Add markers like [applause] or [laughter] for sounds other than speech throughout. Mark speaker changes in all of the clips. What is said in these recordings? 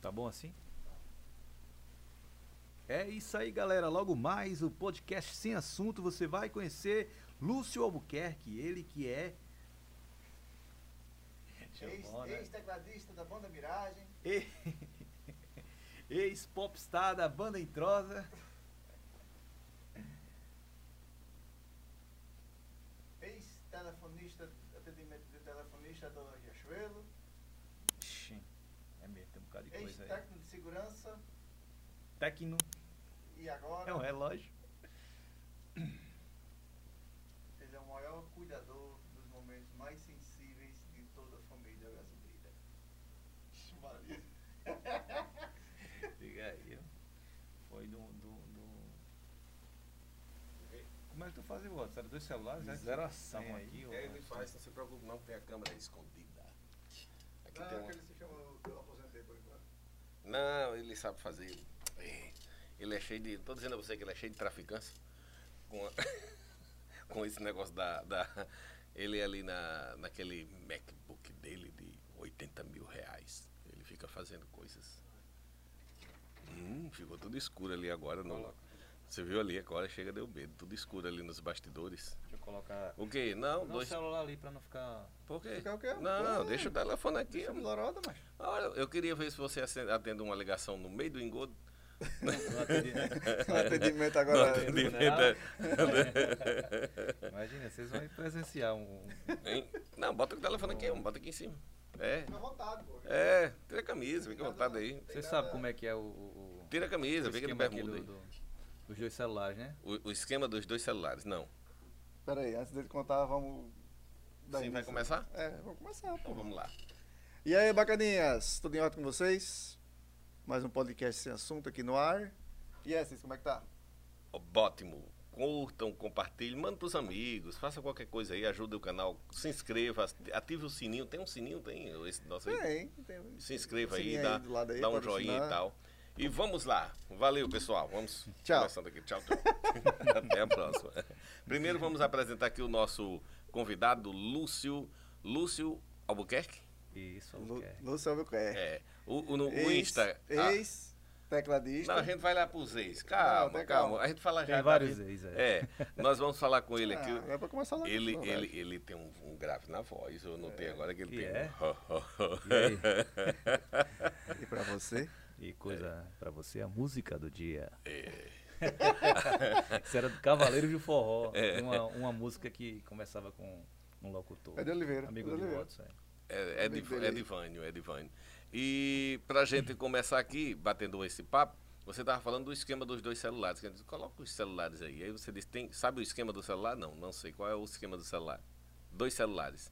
Speaker 1: Tá bom assim? É isso aí, galera. Logo mais o podcast sem assunto. Você vai conhecer Lúcio Albuquerque, ele que é
Speaker 2: né?
Speaker 1: Giovana.
Speaker 3: Ex-tecladista da banda Miragem.
Speaker 1: E- [laughs] Ex-popstar da banda Entrosa.
Speaker 3: Ex-telefonista, atendimento de telefonista do Riachuelo.
Speaker 1: Ixi, É mesmo, tem um bocado de coisa aí.
Speaker 3: Ex-técnico de segurança.
Speaker 1: Tecno
Speaker 3: E agora
Speaker 1: é um relógio.
Speaker 3: ele é o maior cuidador dos momentos mais sensíveis de toda a família brasileira. Ixi, Maria.
Speaker 1: Diga aí. ó. Foi do. do, do... Como é que tu fazia o outro? Era dois celulares? Era zero
Speaker 2: Tem
Speaker 1: ação
Speaker 2: aí.
Speaker 1: aqui. ó.
Speaker 2: É, ele faz, não se preocupe não, tem a câmera escondida. Aqui
Speaker 3: Não,
Speaker 2: tem
Speaker 3: Ah, aquele
Speaker 2: uma...
Speaker 3: se chama eu aposentei por enquanto.
Speaker 2: Não, ele sabe fazer. É. Ele é cheio de... Tô dizendo a você que ele é cheio de traficância. Com, a- [laughs] com esse negócio da... da- Ele é ali na, naquele MacBook dele de 80 mil reais. Ele fica fazendo coisas... Hum, ficou tudo escuro ali agora. No... Você viu ali agora, chega, deu medo. Tudo escuro ali nos bastidores.
Speaker 1: Deixa eu colocar.
Speaker 2: O quê? Não,
Speaker 1: Não,
Speaker 2: dois...
Speaker 1: o celular ali pra não ficar.
Speaker 2: Por quê?
Speaker 3: Fica o quê?
Speaker 2: Não, não, deixa o telefone aqui.
Speaker 3: Loroda, mas.
Speaker 1: [laughs]
Speaker 2: Olha, eu queria ver se você acen- atende uma ligação no meio do engodo.
Speaker 1: Não atendi, né?
Speaker 3: [laughs]
Speaker 2: [laughs]
Speaker 3: atendimento
Speaker 2: Não
Speaker 3: agora. é.
Speaker 2: atende,
Speaker 1: não. [laughs]
Speaker 2: é. né?
Speaker 1: Imagina, vocês vão presenciar um.
Speaker 2: Hein? Não, bota o telefone aqui, homem, bota aqui em cima. É,
Speaker 3: Fica à vontade, pô.
Speaker 2: é, tira a camisa, fica à vontade aí.
Speaker 1: Vocês sabem como é que é o. o, o-
Speaker 2: Tira a camisa,
Speaker 1: o
Speaker 2: fica de
Speaker 1: esquema aqui
Speaker 2: bermuda aí.
Speaker 1: do- do- dos dois celulares, né?
Speaker 2: O, o esquema dos dois celulares, não.
Speaker 3: Pera aí, antes dele contar, vamos. dar
Speaker 2: Sim, vai
Speaker 3: início.
Speaker 2: começar?
Speaker 3: É, vamos começar, pô.
Speaker 2: Então vamos lá.
Speaker 3: E aí, bacaninhas, tudo em ordem com vocês? Mais um podcast sem assunto aqui no ar. E aí, Cis, como é que tá?
Speaker 2: Ó, Ótimo. Curtam, compartilhem, manda pros amigos, faça qualquer coisa aí, ajuda o canal, se inscreva, ative o sininho, tem um sininho, tem esse nosso aí.
Speaker 3: Bem, tem... um
Speaker 2: se inscreva aí,
Speaker 3: Sininho
Speaker 2: dá,
Speaker 3: aí do lado aí,
Speaker 2: dá um
Speaker 3: pode
Speaker 2: joinha
Speaker 3: assinar.
Speaker 2: e tal. E vamos lá. Valeu, pessoal. Vamos
Speaker 3: Tchau.
Speaker 2: começando aqui. Tchau, [laughs] tchau. Até a próxima. Primeiro vamos apresentar aqui o nosso convidado, Lúcio. Lúcio Albuquerque?
Speaker 1: Isso, é
Speaker 3: Lu-
Speaker 1: Albuquerque.
Speaker 3: Lúcio Albuquerque.
Speaker 2: É. O, o- no, o
Speaker 3: Ex-
Speaker 2: Insta. ah,
Speaker 3: Ex-tecladista.
Speaker 2: não, a gente vai lá pros ex.
Speaker 3: Não,
Speaker 2: Calma,
Speaker 3: tá
Speaker 2: calma,
Speaker 3: calma.
Speaker 2: A gente fala já.
Speaker 1: Tem
Speaker 3: tá
Speaker 2: da
Speaker 1: vários
Speaker 2: vida.
Speaker 1: ex aí.
Speaker 2: É. Nós vamos falar com ele aqui.
Speaker 3: Ah, né? agora pra começar logo.
Speaker 2: Ele,
Speaker 3: não, velho.
Speaker 2: ele, ele tem um, um grave na voz, eu notei agora que ele
Speaker 1: E
Speaker 2: tem
Speaker 1: é?
Speaker 2: um.
Speaker 1: E aí?
Speaker 3: E pra você?
Speaker 1: E coisa pra você, a música do dia.
Speaker 2: [laughs] É.
Speaker 1: Isso era do Cavaleiro de
Speaker 2: [laughs]
Speaker 1: Forró.
Speaker 2: É.
Speaker 1: Uma, uma música que começava com um locutor.
Speaker 3: É de Oliveira.
Speaker 1: Amigo
Speaker 3: é de
Speaker 1: de
Speaker 3: Oliveira.
Speaker 1: Watson. é.
Speaker 2: É, é,
Speaker 3: Amigo
Speaker 2: div-
Speaker 3: dele
Speaker 2: é
Speaker 3: aí.
Speaker 2: divânio, é divânio. E pra gente começar aqui, batendo esse papo, você tava falando do esquema dos dois celulares. Que eu disse, coloca os celulares aí. Aí você disse, tem, sabe o esquema do celular? Não, não sei. Qual é o esquema do celular? Dois celulares.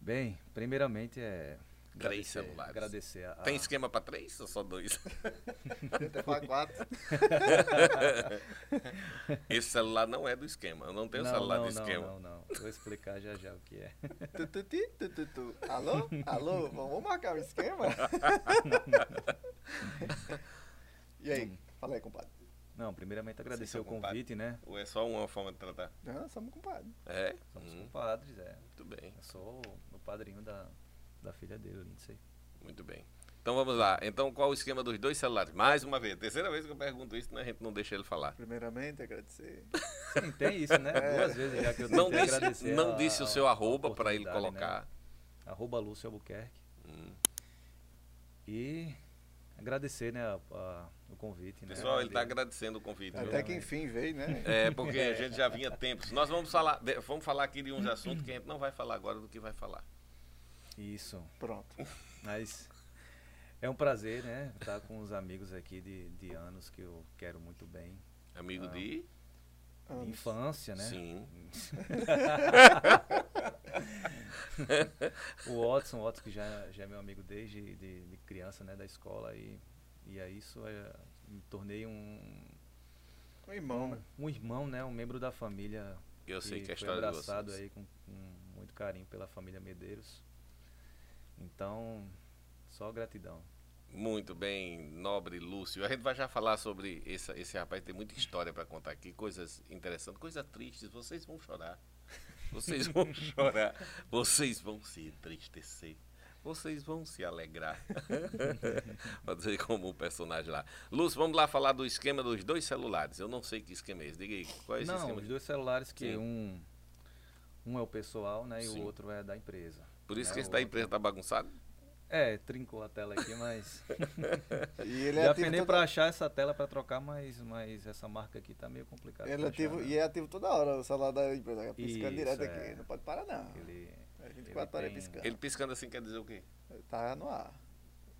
Speaker 1: Bem, primeiramente é.
Speaker 2: Três
Speaker 1: agradecer-
Speaker 2: celulares.
Speaker 1: Agradecer a.
Speaker 2: Tem esquema pra três ou só dois? [laughs]
Speaker 3: Até pra quatro.
Speaker 2: esse celular não é do esquema. Eu não tenho
Speaker 1: não,
Speaker 2: celular
Speaker 1: não,
Speaker 2: do
Speaker 1: não,
Speaker 2: esquema.
Speaker 1: Não, não, Vou explicar já já o que é. [laughs]
Speaker 3: Tu, tu, ti, tu, tu, tu. Alô? Alô? Vamos marcar o esquema? e aí? Fala aí, compadre.
Speaker 1: Não, primeiramente agradecer
Speaker 2: são
Speaker 1: o convite, né?
Speaker 2: Ou é só uma forma de tratar?
Speaker 3: Ah, somos compadre.
Speaker 2: É?
Speaker 1: Somos
Speaker 2: Hum,
Speaker 1: compadres, é.
Speaker 2: muito bem.
Speaker 1: Eu sou o padrinho da, da filha dele, Lindsay.
Speaker 2: Muito bem. Então vamos lá. Então qual o esquema dos dois celulares? Mais uma vez, terceira vez que eu pergunto isso, né? a gente não deixa ele falar.
Speaker 3: Primeiramente, agradecer.
Speaker 1: Sim, tem isso, né? Duas vezes já que eu
Speaker 2: É. Não
Speaker 1: tentei
Speaker 2: disse,
Speaker 1: agradecer
Speaker 2: não
Speaker 1: a-
Speaker 2: disse o
Speaker 1: a-
Speaker 2: seu
Speaker 1: a
Speaker 2: arroba para ele
Speaker 1: oportunidade, né?
Speaker 2: colocar.
Speaker 1: Arroba Lúcio Albuquerque.
Speaker 2: Hum.
Speaker 1: E agradecer, né, a- a- o convite. né?
Speaker 2: Pessoal, ele tá está
Speaker 1: Dele.
Speaker 2: agradecendo o convite. viu?
Speaker 3: Até que enfim veio, né?
Speaker 2: É, porque a gente já vinha tempos. Nós vamos falar, de- vamos falar aqui de
Speaker 1: Uhum.
Speaker 2: uns assuntos que a gente não vai falar agora do que vai falar.
Speaker 1: Isso.
Speaker 3: Pronto.
Speaker 1: Mas é um prazer, né? Estar com os amigos aqui de, de anos que eu quero muito bem.
Speaker 2: Amigo
Speaker 1: Ah,
Speaker 2: de.
Speaker 3: Anos.
Speaker 1: Infância, né?
Speaker 2: Sim.
Speaker 1: O Watson, o Watson que já, já é meu amigo desde de, de criança, né? Da escola. E, e aí isso é, me tornei um,
Speaker 3: Um irmão, né?
Speaker 1: um irmão, né? Um membro da família.
Speaker 2: Eu sei que é a
Speaker 1: foi
Speaker 2: história de
Speaker 1: abraçado
Speaker 2: vocês.
Speaker 1: aí com, com muito carinho pela família Medeiros. Então, só gratidão.
Speaker 2: Muito bem, nobre Lúcio. A gente vai já falar sobre esse, esse rapaz, tem muita história para contar aqui, coisas interessantes, coisas tristes. Vocês
Speaker 1: [laughs]
Speaker 2: vão chorar. Vocês vão chorar. Vocês vão se entristecer. Vocês vão
Speaker 1: [laughs]
Speaker 2: se alegrar. Fazer como o personagem lá. Lúcio, vamos lá falar do esquema dos dois celulares. Eu não sei que esquema é esse. Diga aí, qual é esse
Speaker 1: Não,
Speaker 2: esquema?
Speaker 1: os dois celulares que
Speaker 2: Sim.
Speaker 1: um, um é o pessoal, né? E
Speaker 2: Sim.
Speaker 1: o outro é da empresa.
Speaker 2: Por isso
Speaker 1: né,
Speaker 2: que
Speaker 1: o
Speaker 2: esse da
Speaker 1: outro-
Speaker 2: empresa tá bagunçado?
Speaker 1: É, trincou a tela aqui, mas.
Speaker 2: [laughs]
Speaker 3: E ele é
Speaker 1: Já
Speaker 3: ativo
Speaker 1: penei
Speaker 3: toda-
Speaker 1: pra achar essa tela pra trocar, mas, mas essa marca aqui tá meio complicada.
Speaker 3: Ele
Speaker 1: pra
Speaker 3: é ativo,
Speaker 1: achar, né?
Speaker 3: e é ativo toda hora o celular da empresa. é Piscando
Speaker 1: Isso,
Speaker 3: direto
Speaker 1: é.
Speaker 3: aqui. Não pode parar, não.
Speaker 1: Ele-
Speaker 3: É 24
Speaker 1: ele
Speaker 3: horas
Speaker 1: tem-
Speaker 3: piscando.
Speaker 2: Ele piscando assim quer dizer o quê?
Speaker 3: Tá no ar.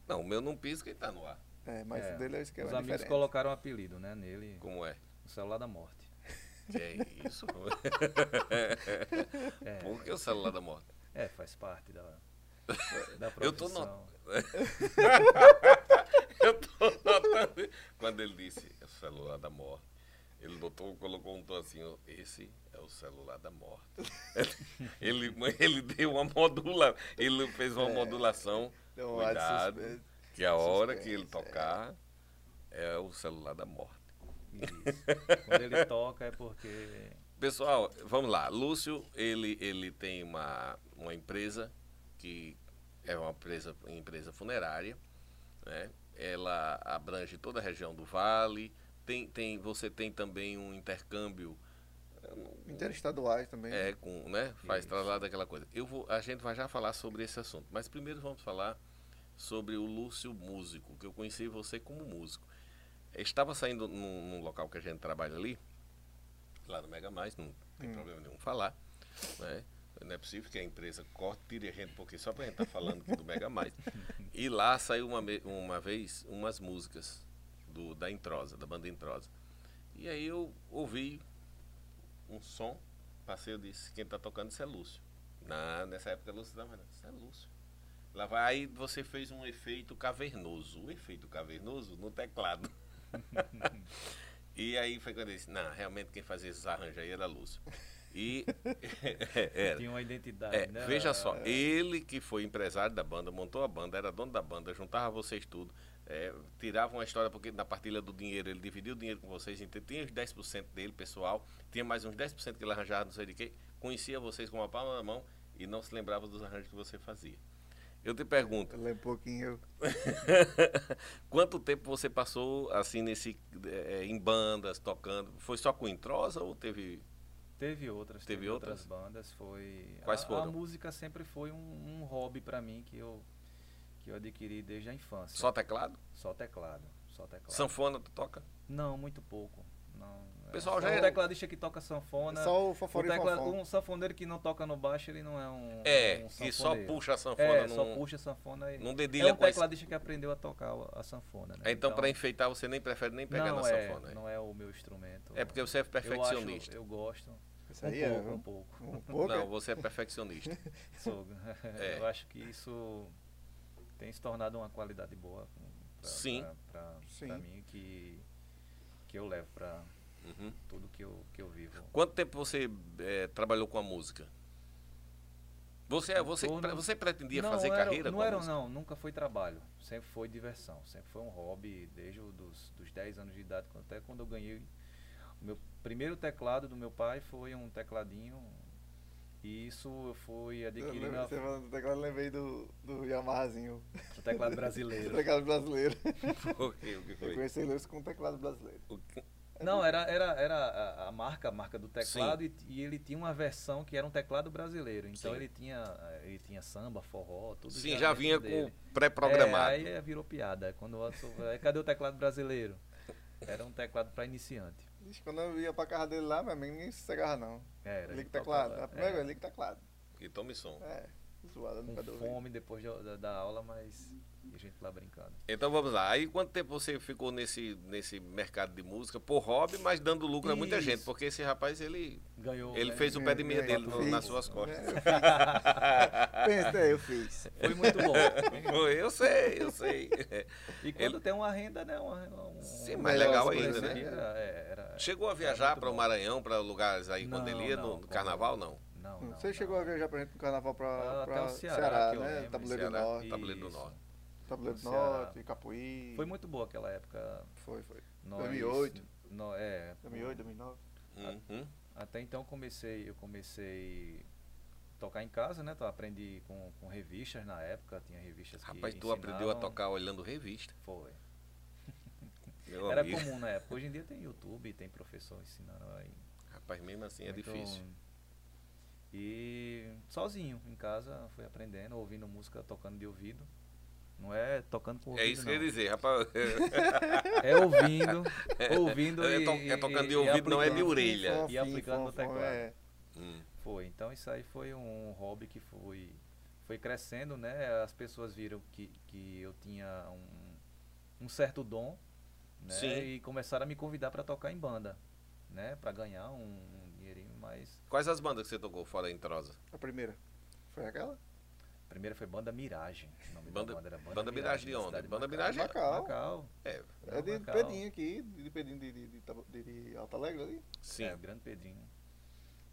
Speaker 2: Não, o meu não pisca e tá no ar.
Speaker 3: É, mas
Speaker 1: é,
Speaker 3: o dele é o esquema
Speaker 1: Os amigos
Speaker 3: diferente.
Speaker 1: colocaram um apelido, né? Nele, [laughs]
Speaker 2: Como é?
Speaker 1: o celular da
Speaker 3: [laughs]
Speaker 1: morte.
Speaker 2: Que é
Speaker 1: [laughs]
Speaker 2: isso?
Speaker 1: É,
Speaker 2: Por que o celular da morte?
Speaker 1: é, faz parte da, da profissão.
Speaker 2: [laughs] Eu tô Eu tô notando. Quando ele disse é o celular da morte, ele botou, colocou um tom assim, ó, esse é o celular da morte. [laughs] Ele, ele deu uma modula, ele fez uma
Speaker 3: É.
Speaker 2: modulação.
Speaker 3: Deu um ar de
Speaker 2: Cuidado,
Speaker 3: suspense.
Speaker 2: que a hora que ele
Speaker 3: Suspense, é.
Speaker 2: tocar é o celular da morte.
Speaker 1: Isso. Quando ele toca é porque
Speaker 2: Pessoal, vamos lá. Lúcio, ele, ele tem uma, uma empresa que é uma empresa, empresa funerária, né? Ela abrange toda a região do Vale. Tem, tem, você tem também um intercâmbio
Speaker 3: é, Interestaduais também.
Speaker 2: é, com, né? Faz
Speaker 1: Isso.
Speaker 2: traslado daquela coisa. Eu vou, a gente vai já falar sobre esse assunto, mas primeiro vamos falar sobre o Lúcio Músico, que eu conheci você como músico. Eu estava saindo num, num local que a gente trabalha ali, lá no Mega Mais, não tem
Speaker 3: Hum.
Speaker 2: problema nenhum falar, né? Não é possível que a empresa corte, tire a gente, porque só pra gente estar falando aqui do Mega Mais. E lá saiu uma, me- uma vez umas músicas do, da Introsa, da banda Introsa. E aí eu ouvi um som, passei, eu disse, quem tá tocando isso é Lúcio. Na, nessa época Lúcio estava, isso é Lúcio. Lá vai, aí você fez um efeito cavernoso, um efeito cavernoso no teclado. e aí foi quando eu disse, não, realmente quem fazia esses arranjos aí era Lúcio. E [laughs] é, era.
Speaker 1: tinha uma identidade,
Speaker 2: É,
Speaker 1: né?
Speaker 2: veja só, ele que foi empresário da banda, montou a banda, era dono da banda, juntava vocês tudo, é, tirava uma história, porque na partilha do dinheiro, ele dividia o dinheiro com vocês, então tinha os 10% dele, pessoal, tinha mais uns 10% que ele arranjava, não sei de quê, conhecia vocês com uma palma na mão e não se lembrava dos arranjos que você fazia. Eu te [laughs] pergunto,
Speaker 3: Ele é um pouquinho.
Speaker 2: quanto tempo você passou assim nesse eh, em bandas, tocando? Foi só com Introsa ou teve.
Speaker 1: Teve outras,
Speaker 2: Teve
Speaker 1: teve,
Speaker 2: outras?
Speaker 1: outras? bandas, foi.
Speaker 2: Quais
Speaker 1: a,
Speaker 2: foram?
Speaker 1: A música sempre foi um, um hobby pra mim que eu que eu adquiri desde a infância.
Speaker 2: Só teclado?
Speaker 1: Só teclado, só teclado.
Speaker 2: Sanfona tu toca?
Speaker 1: Não, muito pouco. Não. é
Speaker 2: Pessoal,
Speaker 1: só
Speaker 2: já
Speaker 1: o
Speaker 2: era-
Speaker 1: tecladista que toca sanfona.
Speaker 3: Só o
Speaker 1: O
Speaker 3: foforinho
Speaker 1: tecla...
Speaker 3: fofão.
Speaker 1: Um sanfoneiro que não toca no baixo, ele não é um.
Speaker 2: É,
Speaker 1: um
Speaker 2: que só
Speaker 1: sanfoneiro.
Speaker 2: puxa a sanfona
Speaker 1: É,
Speaker 2: num-
Speaker 1: só puxa a sanfona e.
Speaker 2: Não
Speaker 1: É
Speaker 2: dedilha
Speaker 1: um
Speaker 2: com esse-
Speaker 1: tecladista que aprendeu a tocar a sanfona, né?
Speaker 2: É, Então, para enfeitar, você nem prefere nem pegar
Speaker 1: não
Speaker 2: na
Speaker 1: é,
Speaker 2: sanfona. né?
Speaker 1: Não é o meu instrumento.
Speaker 2: É porque você é perfeccionista.
Speaker 1: Eu, acho, eu gosto.
Speaker 3: Isso
Speaker 1: um
Speaker 3: aí é.
Speaker 1: pouco, um
Speaker 3: Um
Speaker 1: pouco.
Speaker 3: um pouco.
Speaker 2: Não, você é perfeccionista.
Speaker 1: Sou- [laughs]
Speaker 2: É.
Speaker 1: Eu acho que isso tem se tornado uma qualidade boa pra,
Speaker 2: Sim.
Speaker 1: pra- pra-
Speaker 3: Sim.
Speaker 1: pra mim que, que eu levo para
Speaker 2: Uhum.
Speaker 1: tudo que eu, que eu vivo.
Speaker 2: Quanto tempo você eh, trabalhou com a música? Você,
Speaker 1: Em
Speaker 2: você,
Speaker 1: torno-
Speaker 2: pre- você pretendia
Speaker 1: não,
Speaker 2: fazer
Speaker 1: não era-
Speaker 2: carreira
Speaker 1: não
Speaker 2: com a
Speaker 1: era,
Speaker 2: música?
Speaker 1: Não, nunca foi trabalho. Sempre foi diversão. Sempre foi um hobby desde os dos, dos 10 anos de idade, quando- até quando eu ganhei. O meu primeiro teclado do meu pai foi um tecladinho. E isso eu fui
Speaker 3: Eu
Speaker 1: adquirindo
Speaker 3: lembro-
Speaker 1: a-
Speaker 3: Você falando do teclado, eu lembrei do, do Yamahazinho.
Speaker 1: o teclado
Speaker 3: [laughs] O
Speaker 1: brasileiro.
Speaker 3: teclado brasileiro.
Speaker 2: [laughs] O que- o que
Speaker 3: Eu
Speaker 2: foi?
Speaker 3: conheci ele com o teclado brasileiro.
Speaker 2: O que-
Speaker 1: Não, era, era, era a, a marca, a marca do teclado, e, e ele tinha uma versão que era um teclado brasileiro. Então
Speaker 2: Sim.
Speaker 1: ele tinha, ele tinha samba, forró, tudo.
Speaker 2: Sim, já
Speaker 1: dentro
Speaker 2: vinha
Speaker 1: dele.
Speaker 2: com pré-programado.
Speaker 1: É, aí é, virou piada. Quando o Watson- é, cadê o teclado brasileiro? Era um teclado para iniciante.
Speaker 3: Ixi, Quando eu ia pra casa dele lá, meu amigo, ninguém se cegava não.
Speaker 1: Era.
Speaker 3: Liga o
Speaker 1: ele
Speaker 3: teclado.
Speaker 1: tocava,
Speaker 3: A primeira
Speaker 1: é,
Speaker 3: coisa, liga o teclado.
Speaker 2: E tome som.
Speaker 3: É, zoada, nunca deu
Speaker 1: com
Speaker 3: ouvido.
Speaker 1: fome depois de- da, da aula, mas a gente lá brincando.
Speaker 2: Então vamos lá. Aí quanto tempo você ficou nesse, nesse mercado de música por hobby, mas dando lucro a muita
Speaker 1: Isso.
Speaker 2: gente? Porque esse rapaz, ele,
Speaker 1: Ganhou.
Speaker 2: ele
Speaker 1: né?
Speaker 2: fez o pé de meia
Speaker 3: É,
Speaker 2: dele no-
Speaker 3: fiz.
Speaker 2: nas suas costas.
Speaker 3: É, eu fiz. Pensa, é, eu fiz.
Speaker 1: [laughs] Foi muito
Speaker 2: [laughs]
Speaker 1: bom. [laughs]
Speaker 2: Eu sei, eu sei.
Speaker 1: E quando tem uma renda, né? Uma, um,
Speaker 2: Sim,
Speaker 1: um
Speaker 2: mais
Speaker 3: Melhor
Speaker 2: legal
Speaker 1: por
Speaker 2: ainda,
Speaker 1: esse
Speaker 2: né?
Speaker 1: dia Era, é, era-
Speaker 2: [laughs] Chegou a
Speaker 1: era
Speaker 2: viajar
Speaker 1: muito
Speaker 2: para o
Speaker 1: bom.
Speaker 2: Maraião, para lugares aí quando
Speaker 1: Não,
Speaker 2: ele ia,
Speaker 1: não,
Speaker 2: no
Speaker 1: como-
Speaker 2: carnaval, não?
Speaker 1: [laughs] Não, não.
Speaker 3: Você chegou a viajar pra gente no carnaval pra,
Speaker 1: Ah, até
Speaker 3: pra
Speaker 1: o Ceará, que eu
Speaker 3: né?
Speaker 1: lembro,
Speaker 3: Tabuleiro
Speaker 2: Ceará.
Speaker 3: do Norte.
Speaker 2: Tabuleiro do
Speaker 1: Isso.
Speaker 2: Norte.
Speaker 3: Tabuleiro do
Speaker 1: No Ceará.
Speaker 3: Norte, Capuí.
Speaker 1: Foi muito boa aquela época.
Speaker 3: Foi, foi.
Speaker 1: Nós-
Speaker 3: 2008.
Speaker 1: nó- é,
Speaker 3: 2008, 2009.
Speaker 1: Ah,
Speaker 2: Uhum.
Speaker 1: até então eu comecei, eu comecei tocar em casa, né? Então, aprendi com, com revistas na época, tinha revistas que
Speaker 2: Rapaz, tu aprendeu a
Speaker 1: ensinavam.
Speaker 2: tocar olhando revista.
Speaker 1: Foi.
Speaker 2: Meu
Speaker 1: Era
Speaker 2: amigo.
Speaker 1: comum na época. Hoje em dia tem YouTube, tem professor ensinando aí.
Speaker 2: Rapaz, mesmo assim é
Speaker 1: Muito-
Speaker 2: difícil.
Speaker 1: E sozinho, em casa, fui aprendendo, ouvindo música, tocando de ouvido. Não é tocando com o
Speaker 2: É
Speaker 1: ouvido,
Speaker 2: isso que eu ia
Speaker 1: não. [laughs]
Speaker 2: dizer, rapaz.
Speaker 1: É ouvindo, ouvindo
Speaker 2: [laughs] É
Speaker 1: e-
Speaker 2: to-
Speaker 1: e-
Speaker 2: é tocando de
Speaker 1: e
Speaker 2: ouvido, não é de
Speaker 1: aplicando.
Speaker 2: orelha.
Speaker 3: Fofo,
Speaker 1: E aplicando no
Speaker 3: fofo,
Speaker 1: teclado.
Speaker 3: é.
Speaker 2: Hum.
Speaker 1: Foi, então isso aí foi um hobby que foi, foi crescendo, né? As pessoas viram que, que eu tinha um, um certo dom, né?
Speaker 2: Sim.
Speaker 1: E começaram a me convidar para tocar em banda, né? Para ganhar um, um dinheirinho, mas
Speaker 2: Quais as bandas que você tocou fora em Trosa?
Speaker 3: A primeira. Foi aquela?
Speaker 1: a primeira foi Banda Miragem. O nome
Speaker 2: Banda-
Speaker 1: da banda era Banda,
Speaker 2: Banda Miragem de
Speaker 1: da
Speaker 2: onde?
Speaker 1: cidade de
Speaker 2: Banda
Speaker 1: Macau.
Speaker 2: Miragem é-
Speaker 3: Macau.
Speaker 1: Macau.
Speaker 2: É,
Speaker 3: É de
Speaker 1: Macau.
Speaker 3: Pedinho aqui, de Pedinho de, de, de, Taba- de- de Alto Alegre ali.
Speaker 2: sim.
Speaker 1: É, o grande Pedrinho.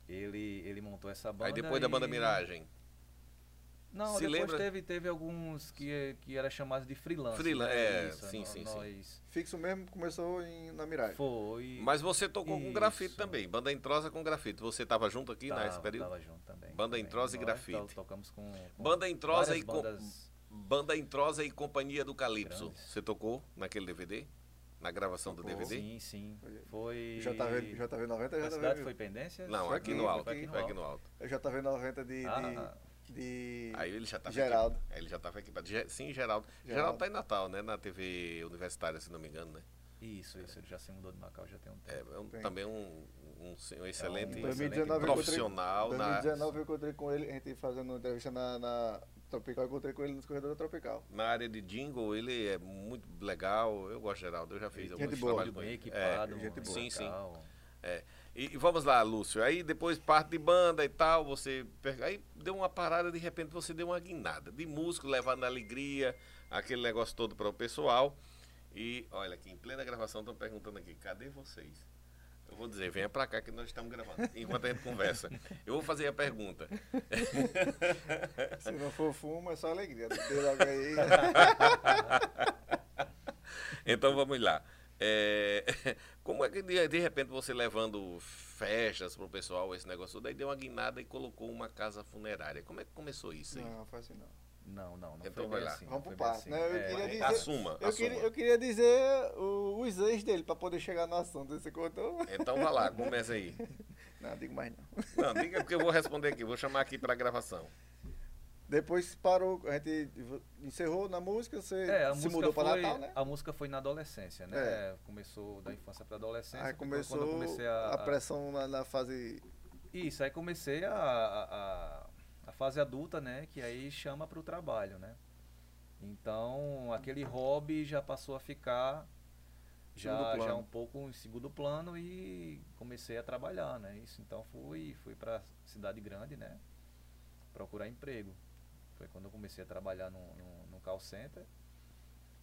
Speaker 1: Ele, ele montou essa banda.
Speaker 2: Aí depois da banda
Speaker 1: e-
Speaker 2: Miragem.
Speaker 1: Não,
Speaker 2: Se
Speaker 1: depois
Speaker 2: lembra-
Speaker 1: teve, teve alguns que, que era chamado de freelance.
Speaker 2: Freela-
Speaker 1: né?
Speaker 2: é, sim,
Speaker 1: nó-
Speaker 2: sim, sim.
Speaker 1: nós
Speaker 3: Fixo mesmo começou em, na Miragem.
Speaker 1: Foi.
Speaker 2: Mas você tocou com
Speaker 1: Isso.
Speaker 2: grafite também. Banda em Trosa com grafite. Você tava junto aqui
Speaker 1: Tava-
Speaker 2: nesse período?
Speaker 1: tava junto também.
Speaker 2: Banda
Speaker 1: também.
Speaker 2: Entrosa e
Speaker 1: Nós
Speaker 2: Grafite.
Speaker 1: to- Tocamos com, com
Speaker 2: Banda Entrosa
Speaker 1: várias
Speaker 2: e com-
Speaker 1: bandas
Speaker 2: Banda em Trosa e Companhia do Calypso.
Speaker 1: Grandes.
Speaker 2: Você tocou naquele DVD? Na gravação do
Speaker 3: Tocou.
Speaker 2: DVD?
Speaker 1: Sim, sim. Foi.
Speaker 3: JV, JV 90,
Speaker 1: A cidade foi
Speaker 3: JV,
Speaker 1: Pendência?
Speaker 2: Não,
Speaker 3: Foi
Speaker 2: aqui,
Speaker 3: aqui,
Speaker 2: no alto.
Speaker 3: foi aqui
Speaker 2: Foi aqui no alto.
Speaker 3: JV 90 de,
Speaker 1: Ah,
Speaker 3: de, de-
Speaker 2: Aí ele já tava
Speaker 3: Geraldo.
Speaker 2: aqui. Aí ele já tava aqui. Ge- Sim, Geraldo. Geraldo.
Speaker 3: Geraldo.
Speaker 2: tá em Natal, né? Na TV Universitária, se não me engano, né?
Speaker 1: isso, isso. Ele já se mudou de Macau já tem um
Speaker 2: É,
Speaker 1: tempo.
Speaker 2: é um-
Speaker 3: Tem.
Speaker 2: também um, um se- um excelente,
Speaker 1: Em
Speaker 2: excelente
Speaker 1: 2019
Speaker 3: eu encontrei-
Speaker 2: profissional.
Speaker 3: Em
Speaker 2: na-
Speaker 3: 2019 eu encontrei com ele, a gente fazendo uma entrevista na, na Tropical, eu encontrei com ele nos corredores da Tropical.
Speaker 2: Na área de jingle, ele é muito legal. Eu gosto, Geraldo. Eu já fiz
Speaker 1: Ele
Speaker 2: alguns
Speaker 3: gente boa.
Speaker 2: trabalhos
Speaker 1: Tudo
Speaker 2: com
Speaker 1: um bem
Speaker 2: ele.
Speaker 1: equipado. um
Speaker 3: É, gente
Speaker 1: em
Speaker 3: boa.
Speaker 2: Sim, sim.
Speaker 1: Macau.
Speaker 2: É. E, e vamos lá, Lúcio. Aí depois parte de banda e tal, você. per- Aí deu uma parada, de repente você deu uma guinada de músico, levando alegria, aquele negócio todo para o pessoal. E olha, aqui em plena gravação estão perguntando aqui: cadê vocês? Eu vou dizer, venha pra cá que nós estamos gravando, [laughs] enquanto a gente conversa. Eu vou fazer a pergunta.
Speaker 3: Se não for fumo, é só alegria. Deu logo aí.
Speaker 1: [laughs]
Speaker 2: Então vamos lá. É, [laughs] como é que de, de repente você levando festas pro pessoal, esse negócio todo, aí deu uma guinada e colocou uma casa funerária? Como é que começou isso aí?
Speaker 3: Não, faz assim não.
Speaker 1: Não, não, não
Speaker 2: Então
Speaker 1: foi
Speaker 2: vai
Speaker 1: bem
Speaker 2: lá.
Speaker 1: assim. não
Speaker 3: Vamos
Speaker 1: foi
Speaker 3: pro
Speaker 1: bem
Speaker 3: passo,
Speaker 1: assim.
Speaker 3: né? Eu
Speaker 1: É,
Speaker 3: queria
Speaker 1: é.
Speaker 3: dizer- Eu
Speaker 2: Assuma, assuma.
Speaker 3: queria, eu queria dizer o- os ex dele, pra poder chegar no assunto. Você contou?
Speaker 2: Então vai lá, começa aí.
Speaker 3: [laughs] Não, digo mais não.
Speaker 2: Não, diga porque eu vou responder aqui, vou chamar aqui pra gravação.
Speaker 3: Depois parou, a gente encerrou na música, você
Speaker 1: É, a
Speaker 3: se
Speaker 1: música
Speaker 3: mudou
Speaker 1: foi,
Speaker 3: pra Natal, né?
Speaker 1: A música foi na adolescência, né?
Speaker 3: É.
Speaker 1: Começou da infância pra adolescência.
Speaker 3: Aí
Speaker 1: foi quando eu
Speaker 3: começou
Speaker 1: comecei
Speaker 3: a,
Speaker 1: a, a
Speaker 3: pressão na, na fase.
Speaker 1: Isso, aí comecei a, a, a- a fase adulta, né? Que aí chama para o trabalho, né? Então, aquele hobby já passou a ficar
Speaker 3: Segundo
Speaker 1: já,
Speaker 3: plano.
Speaker 1: já um pouco em segundo plano e comecei a trabalhar, né? Isso, então fui, fui para cidade grande, né? Procurar emprego. Foi quando eu comecei a trabalhar no, no, no call center.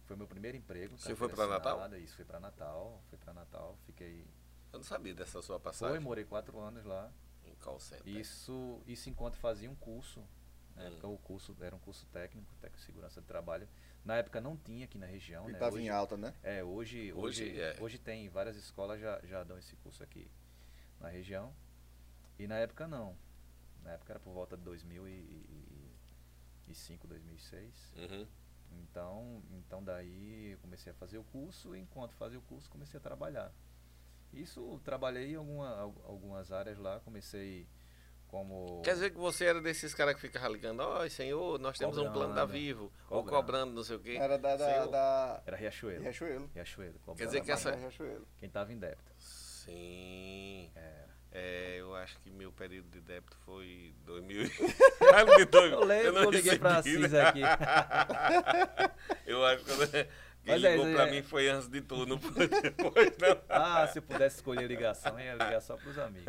Speaker 1: Foi meu primeiro emprego.
Speaker 2: Você foi
Speaker 1: carteira
Speaker 2: pra Natal?
Speaker 1: assinada, Isso, fui para Natal. Fui para Natal, fiquei...
Speaker 2: Eu não sabia dessa sua
Speaker 1: Foi,
Speaker 2: passagem
Speaker 1: morei quatro anos lá.
Speaker 2: em call center.
Speaker 1: Isso, isso enquanto fazia um curso. Na
Speaker 2: Hum.
Speaker 1: época o curso era um curso técnico, técnico de segurança do trabalho. Na época não tinha aqui na região,
Speaker 3: e
Speaker 1: né?
Speaker 3: tava
Speaker 1: Hoje-
Speaker 3: em alta, né?
Speaker 1: é, hoje,
Speaker 2: Hoje
Speaker 1: hoje, hoje,
Speaker 2: é.
Speaker 1: tem, várias escolas já, já dão esse curso aqui na região. E na época não. Na época era por volta de 2005, 2006.
Speaker 2: Uhum.
Speaker 1: Então, então daí eu comecei a fazer o curso e enquanto fazia o curso comecei a trabalhar. Isso, trabalhei em alguma- al- algumas áreas lá, comecei como...
Speaker 2: Quer dizer que você era desses caras que ficavam ligando, ó, senhor, nós temos um plano da
Speaker 1: Cobrando.
Speaker 2: Vivo, ou
Speaker 1: Cobrando.
Speaker 2: cobrando, não sei o quê.
Speaker 3: Era da. da,
Speaker 2: Senhor.
Speaker 3: da
Speaker 1: Era Riachuelo.
Speaker 3: Riachuelo.
Speaker 1: Riachuelo.
Speaker 2: Quer dizer
Speaker 1: cobrava
Speaker 2: que essa-
Speaker 1: mais
Speaker 3: Da Riachuelo.
Speaker 1: Quem estava em débito.
Speaker 2: Sim.
Speaker 1: Era.
Speaker 2: É, eu acho que meu período de débito foi
Speaker 1: [laughs]
Speaker 2: 2000. Ah, não, de dois-
Speaker 1: Eu lembro
Speaker 2: não
Speaker 1: que eu liguei pra
Speaker 2: recebi, né?
Speaker 1: Assis aqui.
Speaker 2: [laughs] Eu acho que quando- quem
Speaker 1: Mas é,
Speaker 2: ligou
Speaker 1: isso
Speaker 2: pra
Speaker 1: é-
Speaker 2: mim foi antes de tu, não foi depois, não.
Speaker 1: Ah, se eu pudesse escolher ligação, eu ia ligar só pros
Speaker 2: [laughs]
Speaker 1: amigos.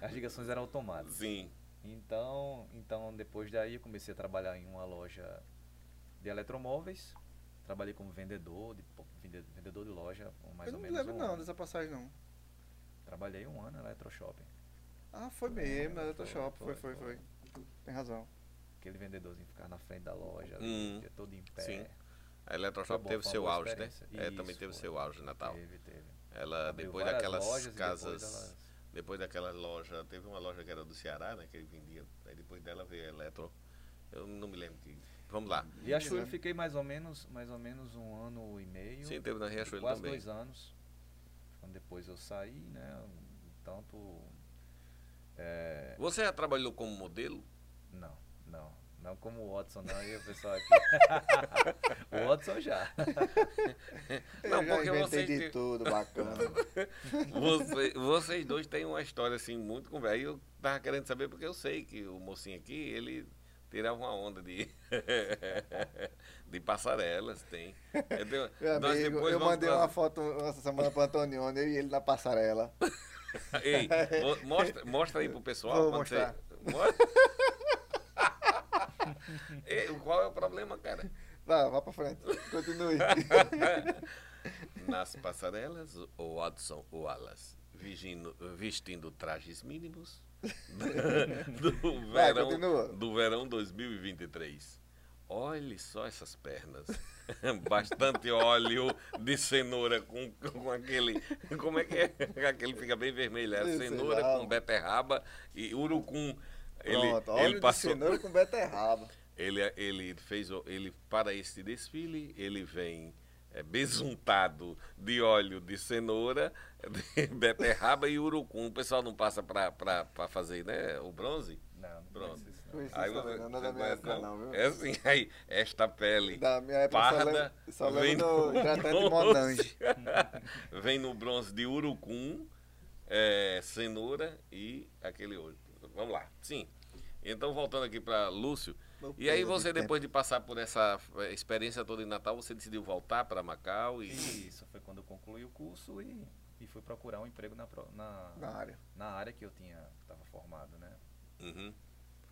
Speaker 1: As ligações eram automáticas.
Speaker 2: Sim.
Speaker 1: Então, então depois daí eu comecei a trabalhar em uma loja de eletromóveis. Trabalhei como vendedor, de, po- vende- vendedor de loja, por mais
Speaker 3: eu
Speaker 1: ou
Speaker 3: não me
Speaker 1: menos
Speaker 3: lembro
Speaker 1: um
Speaker 3: não
Speaker 1: ano.
Speaker 3: dessa passagem não.
Speaker 1: Trabalhei um ano na Eletroshopping.
Speaker 3: Ah, foi mesmo, da Data
Speaker 1: Foi,
Speaker 3: Shop, foi, foi,
Speaker 1: foi,
Speaker 3: foi. Tem razão.
Speaker 1: Aquele vendedorzinho ficava na frente da loja, ali,
Speaker 2: Hum.
Speaker 1: o dia todo em pé.
Speaker 2: Sim. A
Speaker 1: Foi
Speaker 2: Eletroshop
Speaker 1: bom,
Speaker 2: teve
Speaker 1: É. foi uma
Speaker 2: seu
Speaker 1: boa
Speaker 2: auge, né?
Speaker 1: experiência.
Speaker 2: É, também
Speaker 1: Isso,
Speaker 2: teve
Speaker 1: foi.
Speaker 2: seu auge, Natal.
Speaker 1: Teve, teve.
Speaker 2: Ela,
Speaker 1: Abriu
Speaker 2: depois
Speaker 1: várias
Speaker 2: daquelas
Speaker 1: lojas e depois
Speaker 2: casas.
Speaker 1: elas-
Speaker 2: Depois daquela loja, teve uma loja que era do Ceará, né? Que ele vendia. Aí depois dela veio a Eletro. Eu não me lembro. que- Vamos lá.
Speaker 1: Riachuelo eu fiquei mais ou menos, mais ou menos um ano e meio.
Speaker 2: né? Sim, teve na Riachuelo
Speaker 1: quase
Speaker 2: também.
Speaker 1: dois anos. Quando depois eu saí, né? um Tanto. é,
Speaker 2: Você já trabalhou como
Speaker 1: [laughs]
Speaker 2: modelo?
Speaker 1: não, não. Não como o Watson, não. E o pessoal aqui. [laughs] o Watson já.
Speaker 3: Eu
Speaker 2: Não,
Speaker 3: já
Speaker 2: porque
Speaker 3: inventei
Speaker 2: vocês
Speaker 3: de
Speaker 2: têm-
Speaker 3: tudo,
Speaker 2: [laughs]
Speaker 3: bacana.
Speaker 2: Você- vocês dois têm uma história assim muito conversa. Aí eu tava querendo saber porque eu sei que o mocinho aqui, ele tirava uma onda de [laughs] de passarelas, tem. Eu tenho-
Speaker 3: Meu
Speaker 2: nós
Speaker 3: amigo,
Speaker 2: depois
Speaker 3: eu
Speaker 2: vamos
Speaker 3: mandei
Speaker 2: pra-
Speaker 3: uma foto essa semana pra Antonioni, eu e ele na passarela.
Speaker 2: [laughs] Ei, mo- mostra, mostra aí pro pessoal.
Speaker 3: Vou
Speaker 2: quando você-
Speaker 3: mostrar. [laughs]
Speaker 2: Mostra. [laughs] Ei, qual é o problema, cara?
Speaker 3: Vá, vá pra frente, continue.
Speaker 2: É. Nas passarelas, o Watson Wallace vigindo- vestindo trajes mínimos [laughs] do
Speaker 3: Vai,
Speaker 2: verão,
Speaker 3: continua.
Speaker 2: do verão 2023. Olhe só essas pernas. [laughs] Bastante óleo de cenoura com, com aquele. Como é [laughs] que é? Aquele fica bem vermelho. É
Speaker 3: Sei
Speaker 2: cenoura
Speaker 3: lá.
Speaker 2: com beterraba e urucum. [laughs] Ele,
Speaker 3: Pronto, óleo
Speaker 2: ele
Speaker 3: de
Speaker 2: passou.
Speaker 3: cenoura com beterraba.
Speaker 2: Ele, ele fez o- ele para este desfile ele vem é, besuntado de óleo de cenoura, [laughs] de beterraba e urucum. O pessoal não passa para fazer né, o bronze?
Speaker 1: Não, não
Speaker 2: Pronto.
Speaker 1: faz isso, não.
Speaker 3: Foi isso
Speaker 2: Aí
Speaker 3: também,
Speaker 2: você-
Speaker 3: não, não é da minha
Speaker 2: conhece,
Speaker 3: época
Speaker 2: não?
Speaker 3: não, viu?
Speaker 2: É assim, [laughs] aí, esta pele
Speaker 3: Da minha época só
Speaker 2: parda
Speaker 3: lembro- só
Speaker 2: vem
Speaker 3: lembro do
Speaker 2: no
Speaker 3: hidratante
Speaker 2: bronze.
Speaker 3: Monange.
Speaker 2: [laughs] vem no bronze de urucum, é, cenoura e aquele olho. Vamos lá, sim. Então, voltando aqui para Lúcio.
Speaker 3: Meu
Speaker 2: E aí
Speaker 3: Deus,
Speaker 2: você,
Speaker 3: que
Speaker 2: depois de passar por essa eh, experiência toda em Natal, você decidiu voltar para Macau e...
Speaker 1: E isso foi quando eu concluí o curso e, e fui procurar um emprego na, pro- na,
Speaker 3: Na área.
Speaker 1: na área que eu tinha tava formado, né?
Speaker 2: Uhum.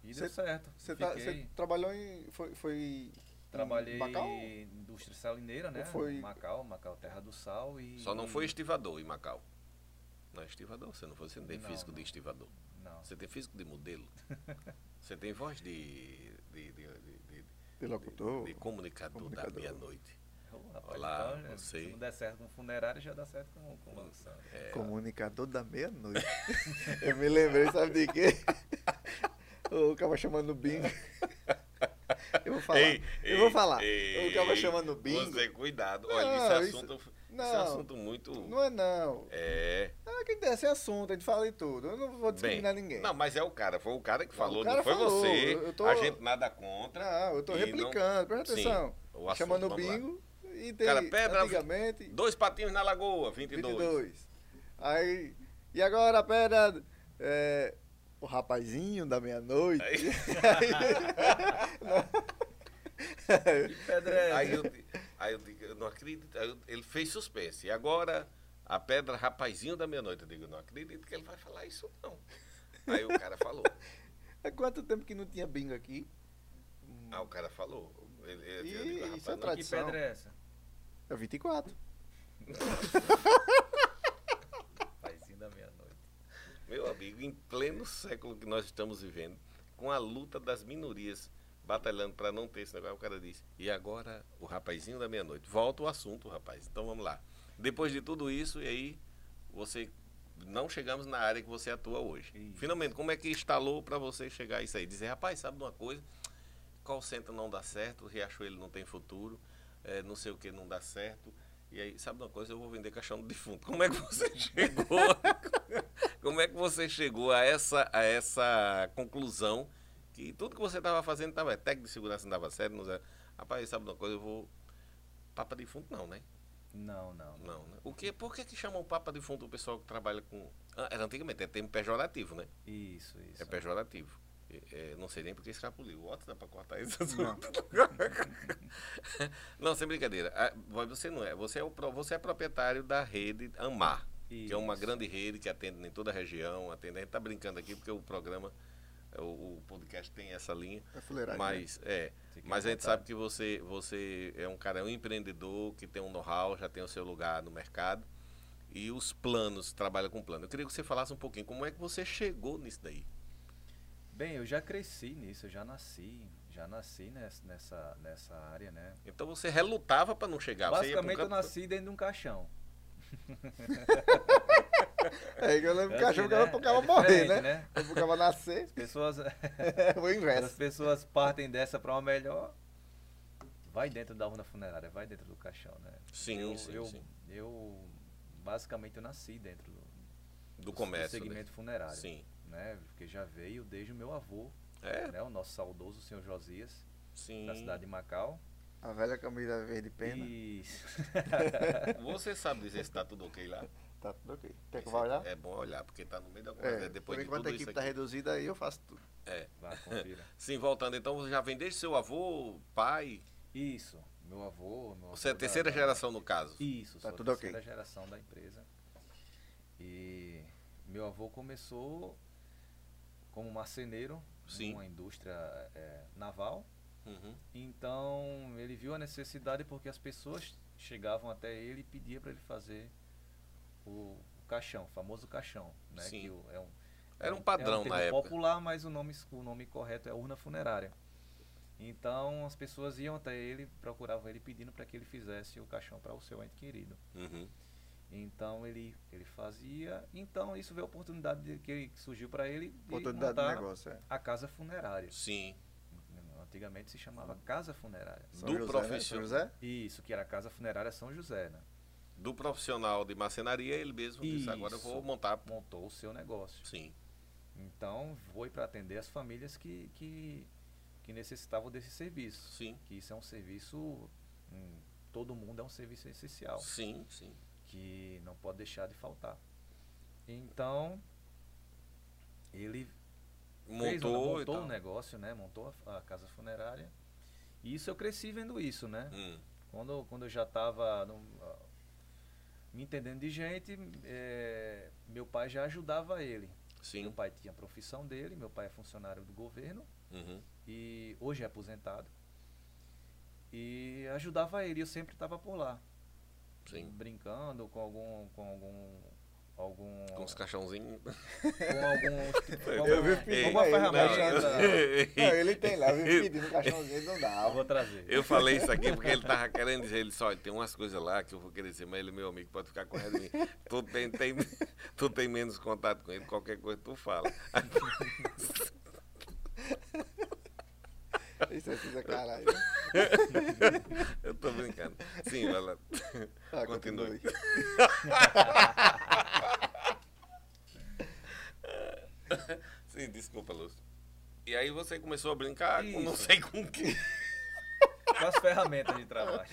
Speaker 1: E
Speaker 3: Cê-
Speaker 1: deu certo.
Speaker 3: Você tá-
Speaker 1: Fiquei,
Speaker 3: você trabalhou em. Foi. foi
Speaker 1: trabalhei
Speaker 3: Em Macau?
Speaker 1: em indústria salineira, né?
Speaker 3: Ou foi-
Speaker 1: Macau, Macau Terra do Sal e
Speaker 2: Só não foi estivador em Macau. Não é estivador, você não foi, você não tem
Speaker 1: Não,
Speaker 2: físico de
Speaker 1: não.
Speaker 2: estivador.
Speaker 1: Não.
Speaker 2: Você tem físico de
Speaker 3: [laughs]
Speaker 2: modelo. Você tem voz de, de, de, de, de-
Speaker 3: De locutor.
Speaker 2: de comunicador,
Speaker 3: Comunicador.
Speaker 2: da meia-noite.
Speaker 1: Ô, rapaz,
Speaker 2: Olá,
Speaker 1: então,
Speaker 2: você.
Speaker 1: Se não der certo com funerário, já dá certo com, com locução.
Speaker 2: é.
Speaker 3: Comunicador da meia-noite. [laughs] eu me lembrei, sabe de quê? [laughs] o cara chamando o bingo. [laughs] Eu vou falar.
Speaker 2: Ei,
Speaker 3: eu vou
Speaker 2: ei,
Speaker 3: falar.
Speaker 2: ei,
Speaker 3: o cara chamando o bingo.
Speaker 2: Você, é cuidado. Olha,
Speaker 3: Não,
Speaker 2: esse
Speaker 3: isso-
Speaker 2: assunto, esse
Speaker 3: não.
Speaker 2: assunto muito...
Speaker 3: Não é não.
Speaker 2: É.
Speaker 3: Ah, quem desse assunto, a gente fala de tudo. Eu não vou discriminar
Speaker 2: Bem,
Speaker 3: ninguém.
Speaker 2: Não, mas é o cara, foi o cara que falou,
Speaker 3: cara
Speaker 2: não foi
Speaker 3: falou,
Speaker 2: você.
Speaker 3: eu- eu tô-
Speaker 2: A gente nada contra.
Speaker 3: Não, eu tô
Speaker 2: E não-
Speaker 3: replicando, presta
Speaker 2: Sim,
Speaker 3: atenção.
Speaker 2: o assunto,
Speaker 3: chamando o
Speaker 2: vamos lá.
Speaker 3: bingo. E tem,
Speaker 2: Cara, pedra-
Speaker 3: antigamente,
Speaker 2: Dois patinhos na lagoa, 22.
Speaker 3: 22. Aí, e agora a pedra. é, o rapazinho da meia-noite.
Speaker 2: Aí-
Speaker 3: [laughs] Aí-
Speaker 1: Pedra
Speaker 2: Aí eu, di- aí eu digo, eu não acredito. Aí eu- ele fez suspense. E agora, a pedra rapazinho da meia-noite. Eu digo, não acredito que ele vai falar isso, não. Aí o cara falou. [laughs]
Speaker 3: Há É quanto tempo que não tinha bingo aqui? Hum,
Speaker 2: Ah, o cara falou. Ele, ele-
Speaker 3: Ih,
Speaker 2: eu digo, rapaz,
Speaker 3: isso é
Speaker 2: não-
Speaker 1: Que
Speaker 3: tradição.
Speaker 1: pedra é essa?
Speaker 3: É 24.
Speaker 1: Paizinho da meia-noite.
Speaker 2: Meu amigo, em pleno século que nós estamos vivendo, com a luta das minorias batalhando para não ter esse negócio, o cara disse. E agora, o rapazinho da meia-noite. Volta o assunto, rapaz. Então vamos lá. Depois de tudo isso, e aí você não chegamos na área que você atua hoje.
Speaker 1: Isso.
Speaker 2: Finalmente, como é que instalou para você chegar a isso aí? Dizer, rapaz, sabe de uma coisa? Call center não dá certo, Riachuelo não tem futuro, eh, não sei o que não dá certo. E aí, sabe de uma coisa? Eu vou vender caixão do defunto. Como é que você [laughs] chegou? como é que você chegou a essa, a essa conclusão que tudo que você estava fazendo estava técnico de segurança não dava certo? Não dava... Rapaz, sabe de uma coisa? Eu vou. Papa defunto não, né?
Speaker 1: Não, não.
Speaker 2: Não, né? O que, por que, que chamam Papa defunto o pessoal que trabalha com. Ah, era antigamente, é termo pejorativo, né?
Speaker 1: Isso, isso.
Speaker 2: É pejorativo. É, é, não sei nem porque escapuliu. O Otto dá pra cortar isso. [laughs]
Speaker 3: Não.
Speaker 2: não, sem brincadeira. Ah, mas Você não é. Você é, o, pro- você é proprietário da rede Amar, que é uma
Speaker 1: Isso.
Speaker 2: grande rede que atende em toda a região. Atende. A gente tá brincando aqui porque o programa, é, o, o podcast tem essa linha.
Speaker 3: É fuleiragem. né?
Speaker 2: Mas, é,
Speaker 1: Fique à
Speaker 2: mas a gente
Speaker 1: vontade.
Speaker 2: sabe que você, você é um cara, é um empreendedor que tem um know-how, já tem o seu lugar no mercado. E os planos, trabalha com plano. Eu queria que você falasse um pouquinho como é que você chegou nisso daí.
Speaker 1: Bem, eu já cresci nisso, eu já nasci, já nasci nessa, nessa, nessa área, né?
Speaker 2: Então você relutava para não chegar. você ia pra um
Speaker 1: Basicamente eu
Speaker 2: canto-
Speaker 1: nasci dentro de um caixão.
Speaker 3: É que eu lembro que cachorro
Speaker 2: assim,
Speaker 3: que era pro cara
Speaker 1: É
Speaker 3: morrer,
Speaker 1: diferente,
Speaker 3: né? É pro cara nascer,
Speaker 1: As pessoas, [laughs]
Speaker 3: [laughs] é o
Speaker 1: quando as
Speaker 3: inverso.
Speaker 1: pessoas partem dessa pra uma melhor. Vai dentro da urna funerária, vai dentro do caixão, né?
Speaker 2: Sim,
Speaker 1: eu,
Speaker 2: sim,
Speaker 1: eu,
Speaker 2: sim.
Speaker 1: eu, basicamente eu nasci dentro do,
Speaker 2: Do comércio. né?
Speaker 1: segmento funerário.
Speaker 2: Sim.
Speaker 1: Né? Porque já veio desde o meu avô,
Speaker 2: É,
Speaker 1: né? O nosso saudoso senhor Josias,
Speaker 2: sim.
Speaker 1: da cidade de Macau.
Speaker 3: A velha camisa verde pena.
Speaker 1: E
Speaker 3: [laughs]
Speaker 2: Você sabe dizer se tá tudo ok lá?
Speaker 3: Tá tudo ok. Quer que eu vá olhar?
Speaker 2: É bom olhar, porque tá no meio da coisa.
Speaker 3: É,
Speaker 2: Depois
Speaker 3: por
Speaker 2: de tudo
Speaker 3: enquanto a
Speaker 2: isso
Speaker 3: equipe tá
Speaker 2: aqui.
Speaker 3: reduzida aí, eu faço tudo.
Speaker 2: É.
Speaker 1: Vá, confira.
Speaker 2: Sim, voltando, então você já vem desde seu avô, pai.
Speaker 1: [laughs] Isso, meu avô, meu
Speaker 2: Você é a
Speaker 1: avô da-
Speaker 2: terceira
Speaker 1: da-
Speaker 2: geração no caso.
Speaker 1: Isso,
Speaker 3: Tá
Speaker 1: sou
Speaker 3: tudo
Speaker 1: a
Speaker 3: ok.
Speaker 1: terceira geração da empresa. E meu avô começou como marceneiro
Speaker 2: Sim.
Speaker 1: numa indústria eh, naval.
Speaker 2: Uhum.
Speaker 1: Então ele viu a necessidade porque as pessoas chegavam até ele e pediam para ele fazer o, o caixão, o famoso caixão, né?
Speaker 2: Sim.
Speaker 1: Que o- é um,
Speaker 2: Era
Speaker 1: é
Speaker 2: um padrão
Speaker 1: termo
Speaker 2: na época.
Speaker 1: popular, mas o nome, o nome correto é urna funerária. Então as pessoas iam até ele, procuravam ele pedindo para que ele fizesse o caixão para o seu ente querido.
Speaker 2: Uhum.
Speaker 1: Então ele, ele fazia. Então isso veio a oportunidade de- que ele- que surgiu para ele de
Speaker 2: ah,
Speaker 3: Oportunidade do
Speaker 2: tá.
Speaker 1: montar
Speaker 3: negócio, é.
Speaker 1: a casa funerária.
Speaker 2: Sim.
Speaker 1: Antigamente se chamava casa funerária.
Speaker 3: São
Speaker 2: Do
Speaker 3: José, né? São
Speaker 2: profissional.
Speaker 3: José?
Speaker 1: Isso, que era a Casa Funerária São José, né?
Speaker 2: Do profissional de marcenaria, ele mesmo disse, agora eu vou
Speaker 1: Isso.
Speaker 2: montar.
Speaker 1: Montou o seu negócio.
Speaker 2: Sim.
Speaker 1: Então, foi para atender as famílias que, que, que necessitavam desse serviço.
Speaker 2: Sim.
Speaker 1: Que isso é um serviço, hum, todo mundo é um serviço essencial,
Speaker 2: Sim, sim.
Speaker 1: que não pode deixar de faltar. Então, ele fez,
Speaker 2: Montou, e
Speaker 1: montou
Speaker 2: tal.
Speaker 1: o negócio, né? Montou a, a casa funerária. E isso eu cresci vendo isso, né?
Speaker 2: Hum.
Speaker 1: Quando, quando eu já estava me entendendo de gente, eh, meu pai já ajudava ele. Meu
Speaker 2: Sim.
Speaker 1: pai tinha a profissão dele, meu pai é funcionário do governo
Speaker 2: Uhum.
Speaker 1: e hoje é aposentado. E ajudava ele, eu sempre estava por lá,
Speaker 2: Sim.
Speaker 1: brincando com algum com algum algum
Speaker 2: Com os caixãozinhos. [laughs]
Speaker 1: com algum tipo, com
Speaker 3: Eu vi
Speaker 1: alguma-
Speaker 3: pedindo
Speaker 1: alguma
Speaker 3: a ele,
Speaker 1: ferramenta.
Speaker 3: né? Não, ele tem lá, viu? Pedindo um caixãozinho, não
Speaker 1: Eu
Speaker 3: dava.
Speaker 1: vou trazer.
Speaker 2: Eu falei isso aqui porque ele tava querendo dizer, ele disse, olha, tem umas coisas lá que eu vou querer dizer, mas ele, é meu amigo, pode ficar correndo de mim. Tu tem, tem- [laughs] tu tem menos contato com ele, qualquer coisa tu fala. [laughs]
Speaker 3: Isso é coisa
Speaker 1: [laughs]
Speaker 3: caralho.
Speaker 2: Eu tô brincando. Sim, vai lá.
Speaker 3: Tá,
Speaker 2: Continue.
Speaker 3: continue.
Speaker 2: Sim, desculpa, Lúcio. E aí você começou a brincar com não
Speaker 1: Isso.
Speaker 2: sei com que.
Speaker 1: Com as ferramentas de trabalho.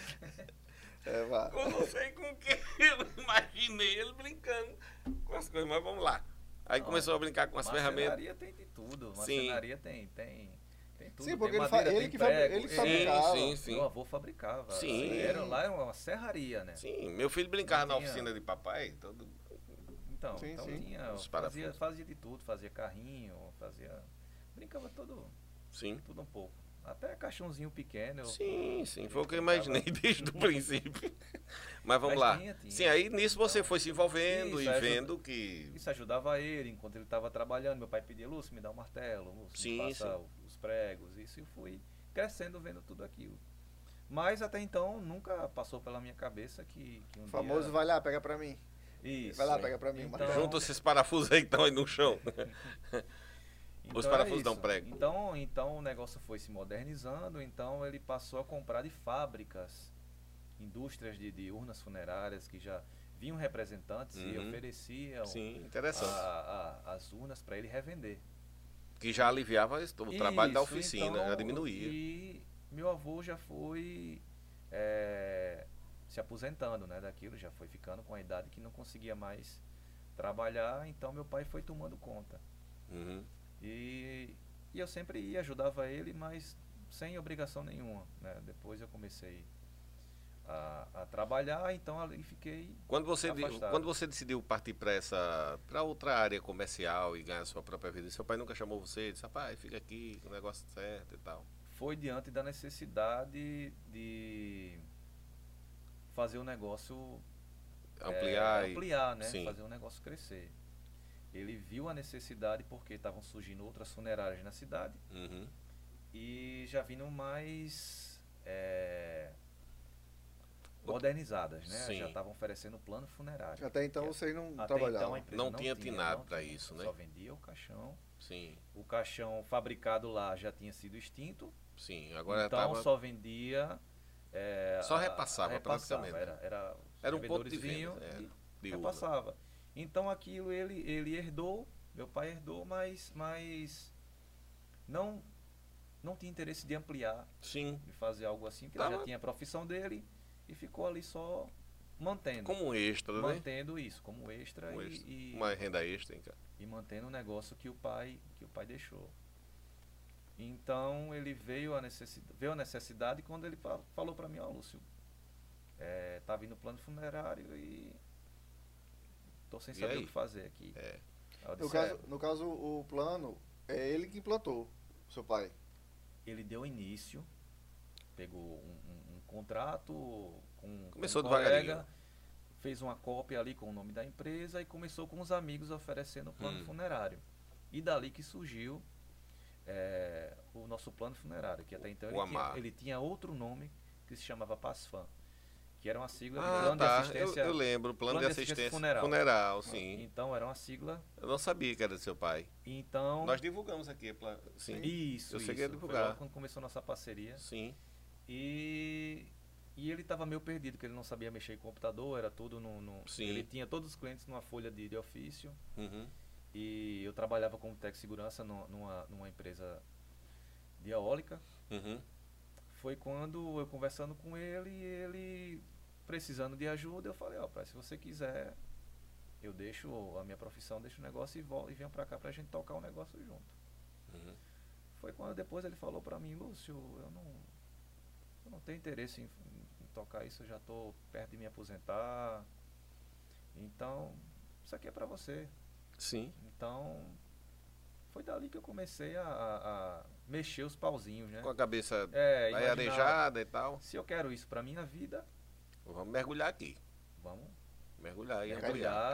Speaker 3: É, vá.
Speaker 2: Eu não sei [laughs] com que. Eu imaginei ele brincando com as coisas, mas vamos lá. Aí
Speaker 1: Ó,
Speaker 2: começou a brincar com as ferramentas.
Speaker 1: Marcenaria tem de tudo.
Speaker 2: Sim.
Speaker 1: Marcenaria tem, tem, tem tudo.
Speaker 3: Sim, porque
Speaker 1: tem
Speaker 3: ele fa-
Speaker 1: madeira,
Speaker 3: ele
Speaker 1: tem
Speaker 3: que fa-
Speaker 1: prego,
Speaker 3: ele que
Speaker 1: tem-
Speaker 3: fabricava.
Speaker 2: Sim, sim.
Speaker 1: Meu avô fabricava.
Speaker 2: Sim.
Speaker 1: Era lá era uma serraria, né?
Speaker 2: Sim, meu filho brincava na
Speaker 1: Tinha.
Speaker 2: oficina de papai, todo
Speaker 1: Então,
Speaker 3: Sim,
Speaker 1: então
Speaker 3: sim.
Speaker 1: tinha,
Speaker 2: Os
Speaker 1: fazia,
Speaker 2: parafusos.
Speaker 1: fazia de tudo, fazia carrinho, fazia brincava todo,
Speaker 2: Sim.
Speaker 1: tudo um pouco. Até caixãozinho pequeno. eu-
Speaker 2: Sim, sim, foi o que eu imaginei [laughs] desde o princípio. Mas vamos
Speaker 1: Mas
Speaker 2: lá.
Speaker 1: tinha, tinha.
Speaker 2: Sim, aí nisso você foi se envolvendo
Speaker 1: Isso,
Speaker 2: e
Speaker 1: ajuda.
Speaker 2: vendo que.
Speaker 1: Isso ajudava ele enquanto ele estava trabalhando. Meu pai pedia, Lúcio, me dá um martelo, Lúcio,
Speaker 2: Sim,
Speaker 1: me passa o- os pregos. Isso e eu fui crescendo vendo tudo aquilo. Mas até então nunca passou pela minha cabeça que, que um
Speaker 3: O famoso
Speaker 1: dia...
Speaker 3: vai lá, pega pra mim.
Speaker 1: Isso.
Speaker 3: Vai lá, pega pra mim,
Speaker 1: Então-
Speaker 3: Marcão.
Speaker 2: Junta esses parafusos aí que estão aí no chão.
Speaker 1: Então
Speaker 2: Os
Speaker 1: é
Speaker 2: parafusos dão
Speaker 1: isso.
Speaker 2: prego.
Speaker 1: Então, então o negócio foi se modernizando, então ele passou a comprar de fábricas, indústrias de, de urnas funerárias que já vinham representantes e
Speaker 2: Uhum.
Speaker 1: ofereciam
Speaker 2: Sim,
Speaker 1: a-
Speaker 2: interessante.
Speaker 1: a- as urnas para ele revender.
Speaker 2: Que já aliviava isso, o trabalho da
Speaker 1: Isso,
Speaker 2: oficina, já
Speaker 1: então,
Speaker 2: diminuía.
Speaker 1: E meu avô já foi é, se aposentando né, daquilo, já foi ficando com a idade que não conseguia mais trabalhar, então meu pai foi tomando conta.
Speaker 2: Uhum.
Speaker 1: E, e eu sempre ia, ajudava ele, mas sem obrigação nenhuma. Né? Depois eu comecei a, a trabalhar, então ali fiquei.
Speaker 2: Quando, você, de-
Speaker 1: Afastado.
Speaker 2: quando você decidiu partir para essa para outra área comercial e ganhar sua própria vida, seu pai nunca chamou você e disse, rapaz, fica aqui, o negócio tá certo e tal.
Speaker 1: Foi diante da necessidade de fazer o negócio é,
Speaker 2: Ampliar e.
Speaker 1: ampliar né?
Speaker 2: sim.
Speaker 1: Fazer o negócio crescer. Ele viu a necessidade porque estavam surgindo outras funerárias na cidade.
Speaker 2: Uhum.
Speaker 1: e já vindo mais é, modernizadas, né?
Speaker 2: Sim.
Speaker 1: Já estavam oferecendo plano funerário.
Speaker 3: Até então
Speaker 1: É.
Speaker 3: vocês não
Speaker 1: Até então
Speaker 3: trabalhavam.
Speaker 1: a empresa
Speaker 2: Não
Speaker 1: não,
Speaker 2: tinha atinado
Speaker 1: não
Speaker 2: pra
Speaker 1: tinha,
Speaker 2: isso, né?
Speaker 1: Só vendia o caixão.
Speaker 2: Sim,
Speaker 1: O caixão fabricado lá já tinha sido extinto,
Speaker 2: sim. Agora
Speaker 1: então
Speaker 2: estava.
Speaker 1: só vendia. é,
Speaker 2: Só
Speaker 1: a-
Speaker 2: repassava,
Speaker 1: repassava,
Speaker 2: praticamente,
Speaker 1: Era, era, os
Speaker 2: Era um ponto
Speaker 1: vendedores
Speaker 2: de
Speaker 1: vinham
Speaker 2: venda.
Speaker 1: e
Speaker 2: É, de uva.
Speaker 1: repassava. Então aquilo ele, ele herdou, meu pai herdou, mas, mas não, não tinha interesse de ampliar
Speaker 2: Sim.
Speaker 1: de fazer algo assim, porque ele
Speaker 2: Tava-
Speaker 1: já tinha a profissão dele e ficou ali só mantendo.
Speaker 2: Como um extra, né?
Speaker 1: mantendo isso como extra,
Speaker 2: Um
Speaker 1: e,
Speaker 2: extra.
Speaker 1: e-
Speaker 2: Uma renda extra, hein, cara?
Speaker 1: e mantendo o negócio que o pai que o pai deixou. Então ele veio a necessidade, veio a necessidade quando ele fa- falou para mim, ó, Lúcio, é, tá vindo o plano funerário e tô sem
Speaker 2: E
Speaker 1: saber
Speaker 2: aí?
Speaker 1: o que fazer aqui.
Speaker 2: É.
Speaker 1: Aí eu
Speaker 3: No
Speaker 1: disse,
Speaker 3: caso,
Speaker 1: "É,
Speaker 3: no caso, o plano é ele que implantou, seu pai.
Speaker 1: ele deu início, pegou um, um- um contrato com, com
Speaker 2: Começou
Speaker 1: um colega,
Speaker 2: devagarinho.
Speaker 1: fez uma cópia ali com o nome da empresa e começou com os amigos oferecendo o plano
Speaker 2: Hum.
Speaker 1: funerário. E dali que surgiu é, o nosso plano funerário, que até então
Speaker 2: O
Speaker 1: ele tinha,
Speaker 2: Amar.
Speaker 1: ele tinha outro nome que se chamava PASFAN, que era uma sigla de
Speaker 2: Ah,
Speaker 1: plano de
Speaker 2: tá. Eu,
Speaker 1: assistência.
Speaker 2: eu lembro. Plano, de assistência funeral. sim.
Speaker 1: Então era uma sigla.
Speaker 2: Eu não sabia que era do seu pai.
Speaker 1: Então.
Speaker 2: Nós divulgamos aqui. pla- Sim.
Speaker 1: Isso,
Speaker 2: eu
Speaker 1: isso.
Speaker 2: cheguei a
Speaker 1: Foi
Speaker 2: divulgar.
Speaker 1: logo quando começou nossa parceria.
Speaker 2: Sim.
Speaker 1: E, e ele estava meio perdido, porque ele não sabia mexer em computador, era tudo no. no-
Speaker 2: Sim.
Speaker 1: Ele tinha todos os clientes numa folha de, de ofício.
Speaker 2: Uhum.
Speaker 1: E eu trabalhava como técnico de segurança nu- numa, numa empresa de eólica.
Speaker 2: Uhum.
Speaker 1: Foi quando eu conversando com ele, ele precisando de ajuda, eu falei, ó, pai, se você quiser, eu deixo a minha profissão, deixo o negócio e, vol- e venho pra cá pra gente tocar o negócio junto.
Speaker 2: Uhum.
Speaker 1: Foi quando depois ele falou pra mim, Lúcio, eu não, eu não tenho interesse em, em tocar isso, eu já tô perto de me aposentar. Então, isso aqui é pra você.
Speaker 2: Sim.
Speaker 1: Então, foi dali que eu comecei a, a- a mexer os pauzinhos, né?
Speaker 2: Com a cabeça
Speaker 1: É,
Speaker 2: aí
Speaker 1: imaginar,
Speaker 2: arejada e tal.
Speaker 1: Se eu quero isso pra minha vida,
Speaker 2: Vamos mergulhar aqui.
Speaker 1: vamos
Speaker 2: Mergulhar e mergulhar.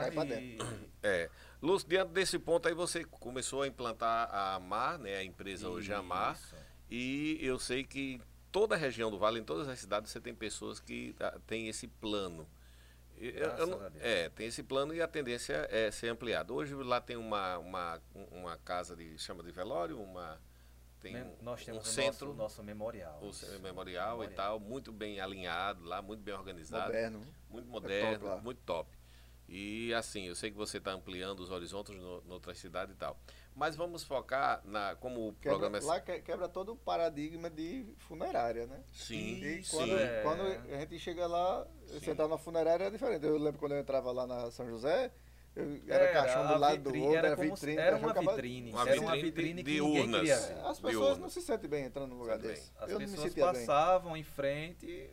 Speaker 1: mergulhar
Speaker 3: cai pra
Speaker 1: e, [coughs]
Speaker 2: É. Lúcio, diante desse ponto aí você começou a implantar a AMAR, né? A empresa hoje AMAR.
Speaker 1: Isso.
Speaker 2: E eu sei que em toda a região do Vale, em todas as cidades, você tem pessoas que ah, têm esse plano. E eu- eu
Speaker 1: Graças
Speaker 2: não-
Speaker 1: a Deus.
Speaker 2: é, tem esse plano e a tendência é ser ampliado. Hoje lá tem uma, uma, uma casa de chama de velório, uma tem
Speaker 1: Mem-
Speaker 2: um,
Speaker 1: Né, Nós
Speaker 2: um
Speaker 1: temos o
Speaker 2: centro,
Speaker 1: nosso, nosso memorial.
Speaker 2: o
Speaker 1: isso.
Speaker 2: ce- memorial, e tal, muito bem alinhado lá, muito bem organizado,
Speaker 3: Moderno.
Speaker 2: muito
Speaker 3: É top
Speaker 2: moderno,
Speaker 3: lá.
Speaker 2: muito top. E assim, eu sei que você está ampliando os horizontes no, noutras cidades e tal. Mas vamos focar na como o
Speaker 3: Quebra,
Speaker 2: programa é
Speaker 3: Lá que- quebra todo o paradigma de funerária, né?
Speaker 2: sim,
Speaker 3: E
Speaker 1: Isso,
Speaker 3: quando,
Speaker 1: é.
Speaker 3: quando a gente chega lá,
Speaker 2: Sim.
Speaker 3: sentar na funerária é diferente. Eu lembro quando eu entrava lá na São José, eu era caixão do
Speaker 1: a
Speaker 3: lado do
Speaker 1: vitrine-
Speaker 3: outro,
Speaker 1: era,
Speaker 3: era,
Speaker 1: como se-
Speaker 3: vitrine.
Speaker 1: era
Speaker 3: caixão
Speaker 1: uma
Speaker 3: acabado.
Speaker 1: vitrine,
Speaker 2: Uma
Speaker 1: era uma
Speaker 2: vitrine de-
Speaker 1: vitrine que
Speaker 2: de
Speaker 1: ninguém
Speaker 2: urnas.
Speaker 1: queria ver.
Speaker 3: É, As
Speaker 2: De
Speaker 3: pessoas
Speaker 2: urna.
Speaker 3: não se sentem bem entrando num lugar
Speaker 2: Tudo bem.
Speaker 3: desse.
Speaker 1: As
Speaker 3: eu não me
Speaker 1: pessoas
Speaker 3: sentia bem.
Speaker 1: passavam em frente,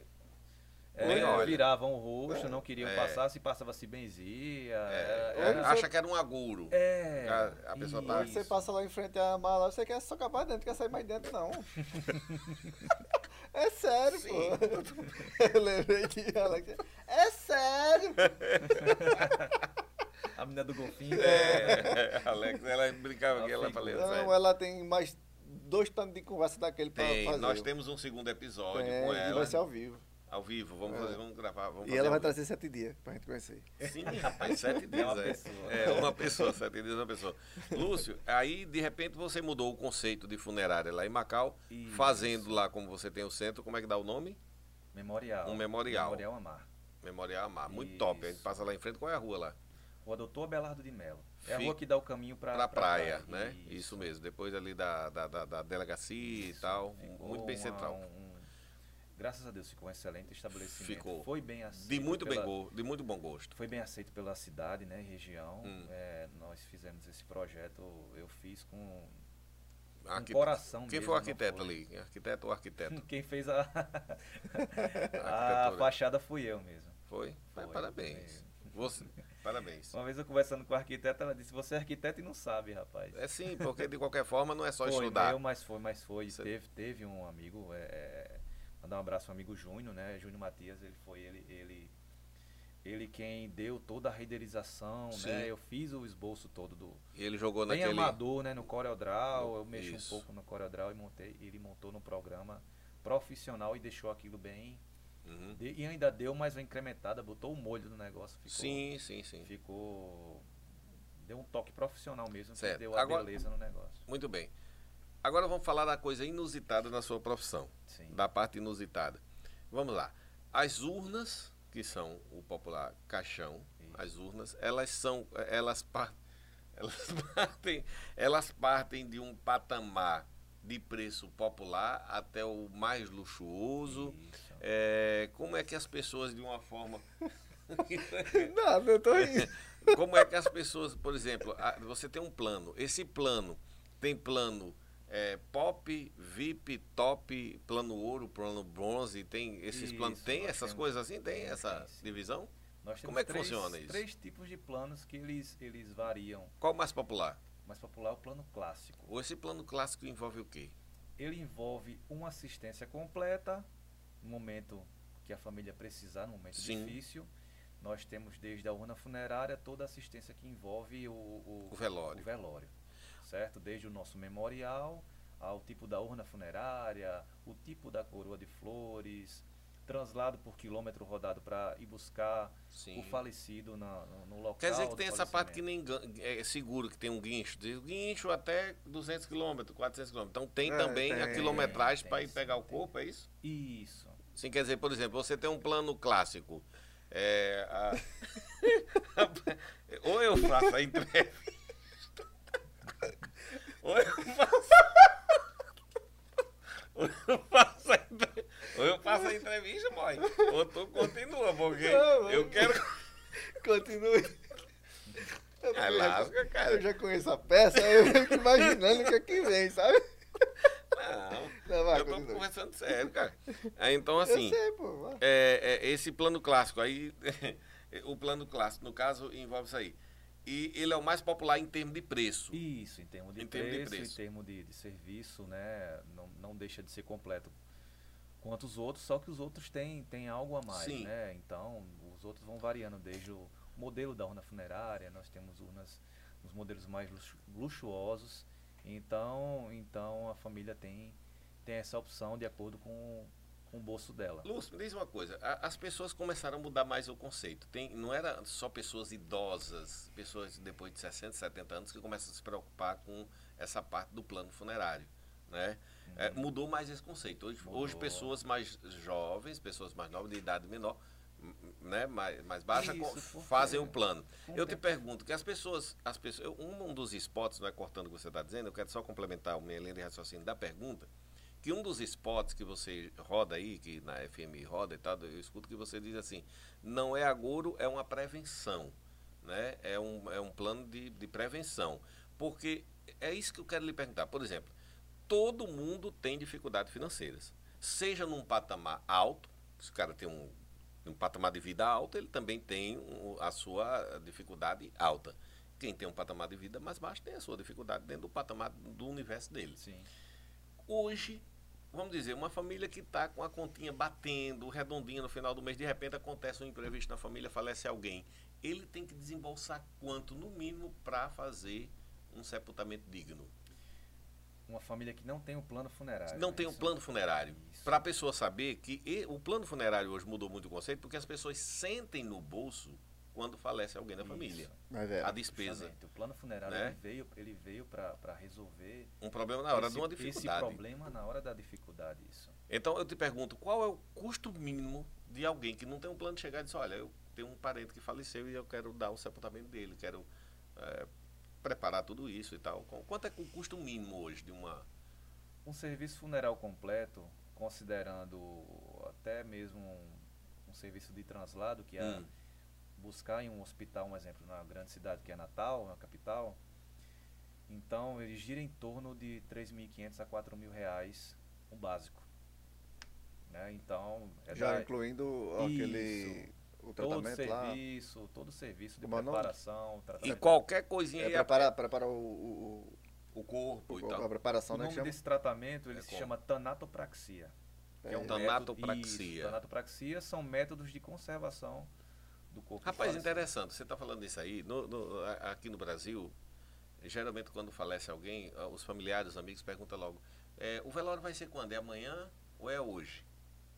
Speaker 1: é,
Speaker 2: Nem olha.
Speaker 1: viravam o rosto, não queriam
Speaker 2: É.
Speaker 1: passar, se passava se benzia.
Speaker 2: É,
Speaker 1: era-
Speaker 3: Ou
Speaker 2: era-
Speaker 3: você-
Speaker 2: acha que era um aguro.
Speaker 1: É,
Speaker 2: A- a pessoa tá-
Speaker 3: Quando você passa lá em frente à mala, você quer só acabar dentro, não quer sair mais dentro,
Speaker 2: [laughs]
Speaker 3: não. é sério,
Speaker 2: Sim,
Speaker 3: pô. [laughs] Eu lembrei que ela. É sério!
Speaker 1: A menina do golfinho.
Speaker 2: É, [laughs] Alex, ela brincava
Speaker 1: Ela
Speaker 2: que ela
Speaker 1: fica-
Speaker 2: falei,
Speaker 3: Não, é,
Speaker 2: "Zé,
Speaker 3: ela tem mais dois tantos de conversa daquele pra
Speaker 2: tem,
Speaker 3: fazer.
Speaker 2: nós temos um segundo episódio
Speaker 3: Tem,
Speaker 2: com
Speaker 3: e
Speaker 2: ela
Speaker 3: vai ser ao vivo.
Speaker 2: ao vivo, vamos fazer, vamos gravar, vamos
Speaker 3: E
Speaker 2: fazer
Speaker 3: ela vai
Speaker 2: ao vivo.
Speaker 3: trazer sete dias pra gente
Speaker 2: [laughs]
Speaker 3: conhecer.
Speaker 1: [laughs]
Speaker 2: Sim, rapaz, sete dias,
Speaker 1: uma
Speaker 2: é.
Speaker 1: pessoa.
Speaker 2: É, uma pessoa, sete dias, uma pessoa. Lúcio, aí de repente você mudou o conceito de funerária lá em Macau,
Speaker 1: Isso.
Speaker 2: fazendo lá como você tem o centro, como é que dá o nome?
Speaker 1: Memorial.
Speaker 2: Um memorial.
Speaker 1: Ah, Memorial Amar.
Speaker 2: Memorial Amar, muito top, a gente
Speaker 1: Isso.
Speaker 2: passa lá em frente, qual é a rua lá?
Speaker 1: Rua Doutor Abelardo de Melo. É a
Speaker 2: Fica-
Speaker 1: rua que dá o caminho pra,
Speaker 2: Pra
Speaker 1: pra
Speaker 2: praia,
Speaker 1: praia.
Speaker 2: né? Isso. mesmo, depois ali da, da, da- da delegacia e
Speaker 1: Isso.
Speaker 2: tal,
Speaker 1: Ficou
Speaker 2: muito bem
Speaker 1: uma-
Speaker 2: central.
Speaker 1: um- graças a Deus ficou um excelente estabelecimento.
Speaker 2: Ficou.
Speaker 1: Foi bem aceito.
Speaker 2: De muito, bem
Speaker 1: pela-
Speaker 2: go- de muito bom gosto.
Speaker 1: Foi bem aceito pela cidade, né, e região.
Speaker 2: Hum.
Speaker 1: É, nós fizemos esse projeto, eu fiz com [laughs]
Speaker 2: Arquite-
Speaker 1: um coração
Speaker 2: Quem
Speaker 1: mesmo,
Speaker 2: foi o
Speaker 1: não
Speaker 2: arquiteto
Speaker 1: foi?
Speaker 2: ali? Arquiteto
Speaker 1: [laughs]
Speaker 2: ou arquiteto?
Speaker 1: quem fez a a
Speaker 2: Arquitetura.
Speaker 1: fachada fui eu mesmo.
Speaker 2: Foi? Ah,
Speaker 1: Foi,
Speaker 2: parabéns. Você, parabéns.
Speaker 1: Uma vez eu conversando com a arquiteta, ela disse: "Você é arquiteto e não sabe, rapaz".
Speaker 2: É sim, porque de qualquer forma não é só
Speaker 1: foi né?
Speaker 2: estudar.
Speaker 1: meu, mas foi, mas foi. E
Speaker 2: Você-
Speaker 1: Teve, teve um amigo, é, é, mandar um abraço ao amigo Júnior, né? Júnior Matias, ele foi ele, ele, ele quem deu toda a renderização,
Speaker 2: Sim.
Speaker 1: né? Eu fiz o esboço todo do,
Speaker 2: E ele jogou
Speaker 1: Bem
Speaker 2: naquele.
Speaker 1: amador, né? No CorelDRAW, eu mexi
Speaker 2: Isso.
Speaker 1: um pouco no CorelDRAW e montei, ele montou no programa profissional e deixou aquilo bem
Speaker 2: Uhum.
Speaker 1: De- E ainda deu mais uma incrementada, botou o molho no negócio. Ficou,
Speaker 2: Sim, sim, sim.
Speaker 1: Ficou. Deu um toque profissional mesmo,
Speaker 2: Certo.
Speaker 1: que deu a
Speaker 2: Agora-
Speaker 1: beleza no negócio.
Speaker 2: Muito bem. Agora vamos falar da coisa inusitada na sua profissão,
Speaker 1: Sim.
Speaker 2: da parte inusitada. Vamos lá. As urnas, que são o popular caixão,
Speaker 1: Isso.
Speaker 2: as urnas, elas são, elas, par- [laughs] elas partem, elas partem de um patamar de preço popular até o mais luxuoso.
Speaker 1: Isso.
Speaker 2: É, como é que as pessoas de uma forma
Speaker 3: Nada, eu tô rindo. [laughs]
Speaker 2: Como é que as pessoas, por exemplo, a- você tem um plano. Esse plano tem plano é, pop, VIP, top, plano ouro, plano bronze, tem esses
Speaker 1: Isso,
Speaker 2: planos. Tem
Speaker 1: nós
Speaker 2: essas
Speaker 1: temos-
Speaker 2: coisas assim? Tem
Speaker 1: tem,
Speaker 2: essa
Speaker 1: tem, sim.
Speaker 2: divisão?
Speaker 1: Nós temos
Speaker 2: Como é que
Speaker 1: três,
Speaker 2: funciona isso?
Speaker 1: Três tipos de planos que eles, eles variam.
Speaker 2: Qual o mais popular?
Speaker 1: O mais popular é o plano clássico.
Speaker 2: Ou esse plano clássico envolve o quê?
Speaker 1: Ele envolve uma assistência completa no momento que a família precisar, no momento
Speaker 2: Sim.
Speaker 1: difícil. Nós temos desde a urna funerária toda a assistência que envolve o, o-
Speaker 2: O velório.
Speaker 1: o velório, certo? Desde o nosso memorial ao tipo da urna funerária, o tipo da coroa de flores, translado por quilômetro rodado para ir buscar
Speaker 2: Sim.
Speaker 1: o falecido na- no, no local.
Speaker 2: Quer dizer que
Speaker 1: do
Speaker 2: tem essa parte que
Speaker 1: falecimento.
Speaker 2: nem gan- é seguro, que tem um guincho. Diz guincho até 200 quilômetros, 400 quilômetros. Então tem
Speaker 3: É,
Speaker 2: também a
Speaker 3: tem,
Speaker 2: quilometragem
Speaker 1: tem,
Speaker 2: para ir
Speaker 1: sim,
Speaker 2: pegar o
Speaker 1: tem.
Speaker 2: corpo, é isso?
Speaker 1: Isso.
Speaker 2: Sim, quer dizer, por exemplo, você tem um plano clássico. É, a- [laughs] ou eu faço a entrevista. ou eu faço. Ou eu faço a, entre- ou eu faço a entrevista, boy. Ou tu continua, porque
Speaker 3: Não,
Speaker 2: eu
Speaker 3: não.
Speaker 2: quero.
Speaker 3: Continue. Eu
Speaker 2: Ah, lasca, cara.
Speaker 3: Eu já conheço a peça, aí eu fico imaginando o que é que vem, sabe? Não,
Speaker 2: Não,
Speaker 3: vai,
Speaker 2: eu tô
Speaker 3: continua.
Speaker 2: conversando sério, cara. Aí, Então,
Speaker 3: eu
Speaker 2: assim.
Speaker 3: sei, pô. vai.
Speaker 2: É, é, esse plano clássico aí, [laughs] o plano clássico, no caso, envolve isso aí. E ele é o mais popular em termos de preço.
Speaker 1: Isso, em termos de,
Speaker 2: Em termos
Speaker 1: preço,
Speaker 2: de preço.
Speaker 1: em termos de, de serviço, né? Não, não deixa de ser completo quanto os outros, só que os outros têm, têm algo a mais,
Speaker 2: Sim.
Speaker 1: né? Então, os outros vão variando desde o modelo da urna funerária, nós temos urnas nos modelos mais luxu- luxuosos. Então, então a família tem, tem essa opção de acordo com, com o bolso dela.
Speaker 2: Lúcio, me diz uma coisa, a- as pessoas começaram a mudar mais o conceito. Tem, não era só pessoas idosas, pessoas depois de 60, 70 anos que começam a se preocupar com essa parte do plano funerário, né? É, mudou mais esse conceito. Hoje, hoje
Speaker 1: Uhum. Mudou.
Speaker 2: pessoas mais jovens, pessoas mais novas, de idade menor, m- né, mais, mais baixa,
Speaker 1: Isso,
Speaker 2: co-
Speaker 1: porque- é.
Speaker 2: fazem o plano.
Speaker 1: Com o
Speaker 2: Eu te
Speaker 1: tempo-
Speaker 2: pergunto, que as pessoas, as pessoas, eu- um, um dos spots, não é cortando o que você está dizendo, eu quero só complementar o minha linha de raciocínio da pergunta, que um dos spots que você roda aí, que na FM roda e tal, eu escuto que você diz assim, não é agouro, é uma prevenção, né? É um, é um plano de, de prevenção, porque é isso que eu quero lhe perguntar. Por exemplo, todo mundo tem dificuldades financeiras, seja num patamar alto, se o cara tem um um patamar de vida alto, ele também tem um- a sua dificuldade alta. Quem tem um patamar de vida mais baixo tem a sua dificuldade dentro do patamar do universo dele.
Speaker 1: Sim.
Speaker 2: Hoje, vamos dizer, uma família que está com a continha batendo, redondinha no final do mês, de repente acontece um imprevisto na família, falece alguém. Ele tem que desembolsar quanto, no mínimo, para fazer um sepultamento digno.
Speaker 1: Uma família que não tem um plano funerário.
Speaker 2: Não
Speaker 1: né?
Speaker 2: tem um
Speaker 1: Isso-
Speaker 2: plano funerário.
Speaker 1: Isso.
Speaker 2: Para a pessoa saber que e- o plano funerário hoje mudou muito o conceito, porque as pessoas sentem no bolso quando falece alguém da
Speaker 1: Isso.
Speaker 2: família.
Speaker 3: Mas
Speaker 2: A
Speaker 3: é,
Speaker 2: despesa.
Speaker 1: Justamente, O plano funerário
Speaker 2: Né?
Speaker 1: ele veio, ele veio para resolver
Speaker 2: Um problema na hora
Speaker 1: esse,
Speaker 2: de uma
Speaker 1: esse
Speaker 2: dificuldade.
Speaker 1: problema na hora da dificuldade, isso.
Speaker 2: Então eu te pergunto, qual é o custo mínimo de alguém que não tem um plano de chegar e diz, olha, eu tenho um parente que faleceu e eu quero dar o sepultamento dele, quero eh, preparar tudo isso e tal. Qu- Quanto é o custo mínimo hoje de uma.
Speaker 1: Um serviço funeral completo, considerando até mesmo um, um serviço de translado, que é
Speaker 2: Hum.
Speaker 1: buscar em um hospital, um exemplo, na grande cidade que é Natal, na capital, então ele gira em torno de 3.500 a 4.000 reais o básico. Né? Então, é
Speaker 3: já
Speaker 1: da-
Speaker 3: incluindo
Speaker 1: Isso.
Speaker 3: aquele. O
Speaker 1: todo
Speaker 3: tratamento lá.
Speaker 1: serviço, todo serviço de
Speaker 3: Como é o nome?
Speaker 1: preparação,
Speaker 2: E
Speaker 1: tratamento.
Speaker 2: qualquer coisinha
Speaker 3: É
Speaker 2: aí, a-
Speaker 3: preparar, preparar o, o,
Speaker 2: o corpo e
Speaker 3: o- a
Speaker 2: tal.
Speaker 1: O
Speaker 3: preparação, né?
Speaker 1: nome
Speaker 3: Que chama?
Speaker 1: desse tratamento ele
Speaker 2: É
Speaker 1: se
Speaker 2: como?
Speaker 1: chama tanatopraxia. um
Speaker 3: É,
Speaker 1: método-
Speaker 2: Tanatopraxia.
Speaker 1: isso, tanatopraxia são métodos de conservação do corpo.
Speaker 2: Rapaz,
Speaker 1: falecido.
Speaker 2: interessante, você está falando isso aí. No- no- a- aqui no Brasil, geralmente quando falece alguém, ah, os familiares, os amigos perguntam logo: eh, o velório vai ser quando? É amanhã ou é hoje?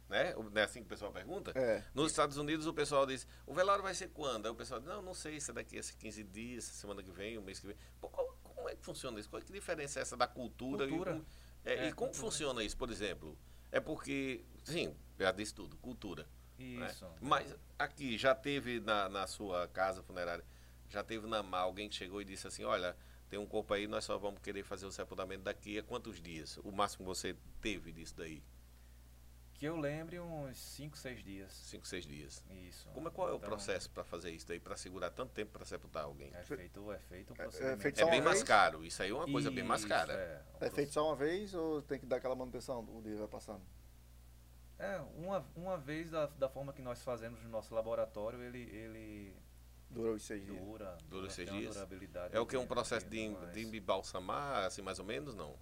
Speaker 2: Né? O- Não é assim que o pessoal pergunta?
Speaker 3: É.
Speaker 2: Nos Estados Unidos o pessoal diz, o velório vai ser quando? Aí o pessoal diz, não, não sei, se é daqui a 15 dias, é semana que vem, o mês que vem. Pô, qual- como é que funciona isso? Qual é que diferença é essa da cultura?
Speaker 1: Cultura.
Speaker 2: E, como, é,
Speaker 1: É,
Speaker 2: e como funciona isso, por exemplo? É porque, sim, já disse tudo, cultura. né?
Speaker 1: Isso.
Speaker 2: Mas aqui, já teve na, na sua casa funerária, já teve na MAL alguém que chegou e disse assim, olha, tem um corpo aí, nós só vamos querer fazer o sepultamento daqui a quantos dias? O máximo que você teve disso daí?
Speaker 1: Que eu lembre uns 5, 6 dias.
Speaker 2: Cinco, seis dias.
Speaker 1: Isso.
Speaker 2: Como é, qual é o
Speaker 1: Então,
Speaker 2: processo para fazer isso daí, para segurar tanto tempo para sepultar alguém?
Speaker 1: É feito, é feito um
Speaker 3: É- é
Speaker 1: procedimento.
Speaker 3: feito
Speaker 2: É
Speaker 3: só
Speaker 2: bem
Speaker 3: uma
Speaker 2: mais
Speaker 3: vez?
Speaker 2: caro, isso aí é uma coisa bem mais
Speaker 1: Isso,
Speaker 2: cara.
Speaker 1: É, um
Speaker 3: É
Speaker 1: proce-
Speaker 3: feito só uma vez ou tem que dar aquela manutenção o dia vai passando?
Speaker 1: É, uma, uma vez da, da forma que nós fazemos no nosso laboratório, ele, ele
Speaker 3: Dura os seis dias.
Speaker 1: dura.
Speaker 2: Dura seis
Speaker 1: tem uma
Speaker 2: dias?
Speaker 1: durabilidade
Speaker 2: É o que? Um
Speaker 1: dele,
Speaker 2: processo de,
Speaker 1: dele,
Speaker 2: em-
Speaker 1: mas-
Speaker 2: de embalsamar, assim, mais ou menos, não?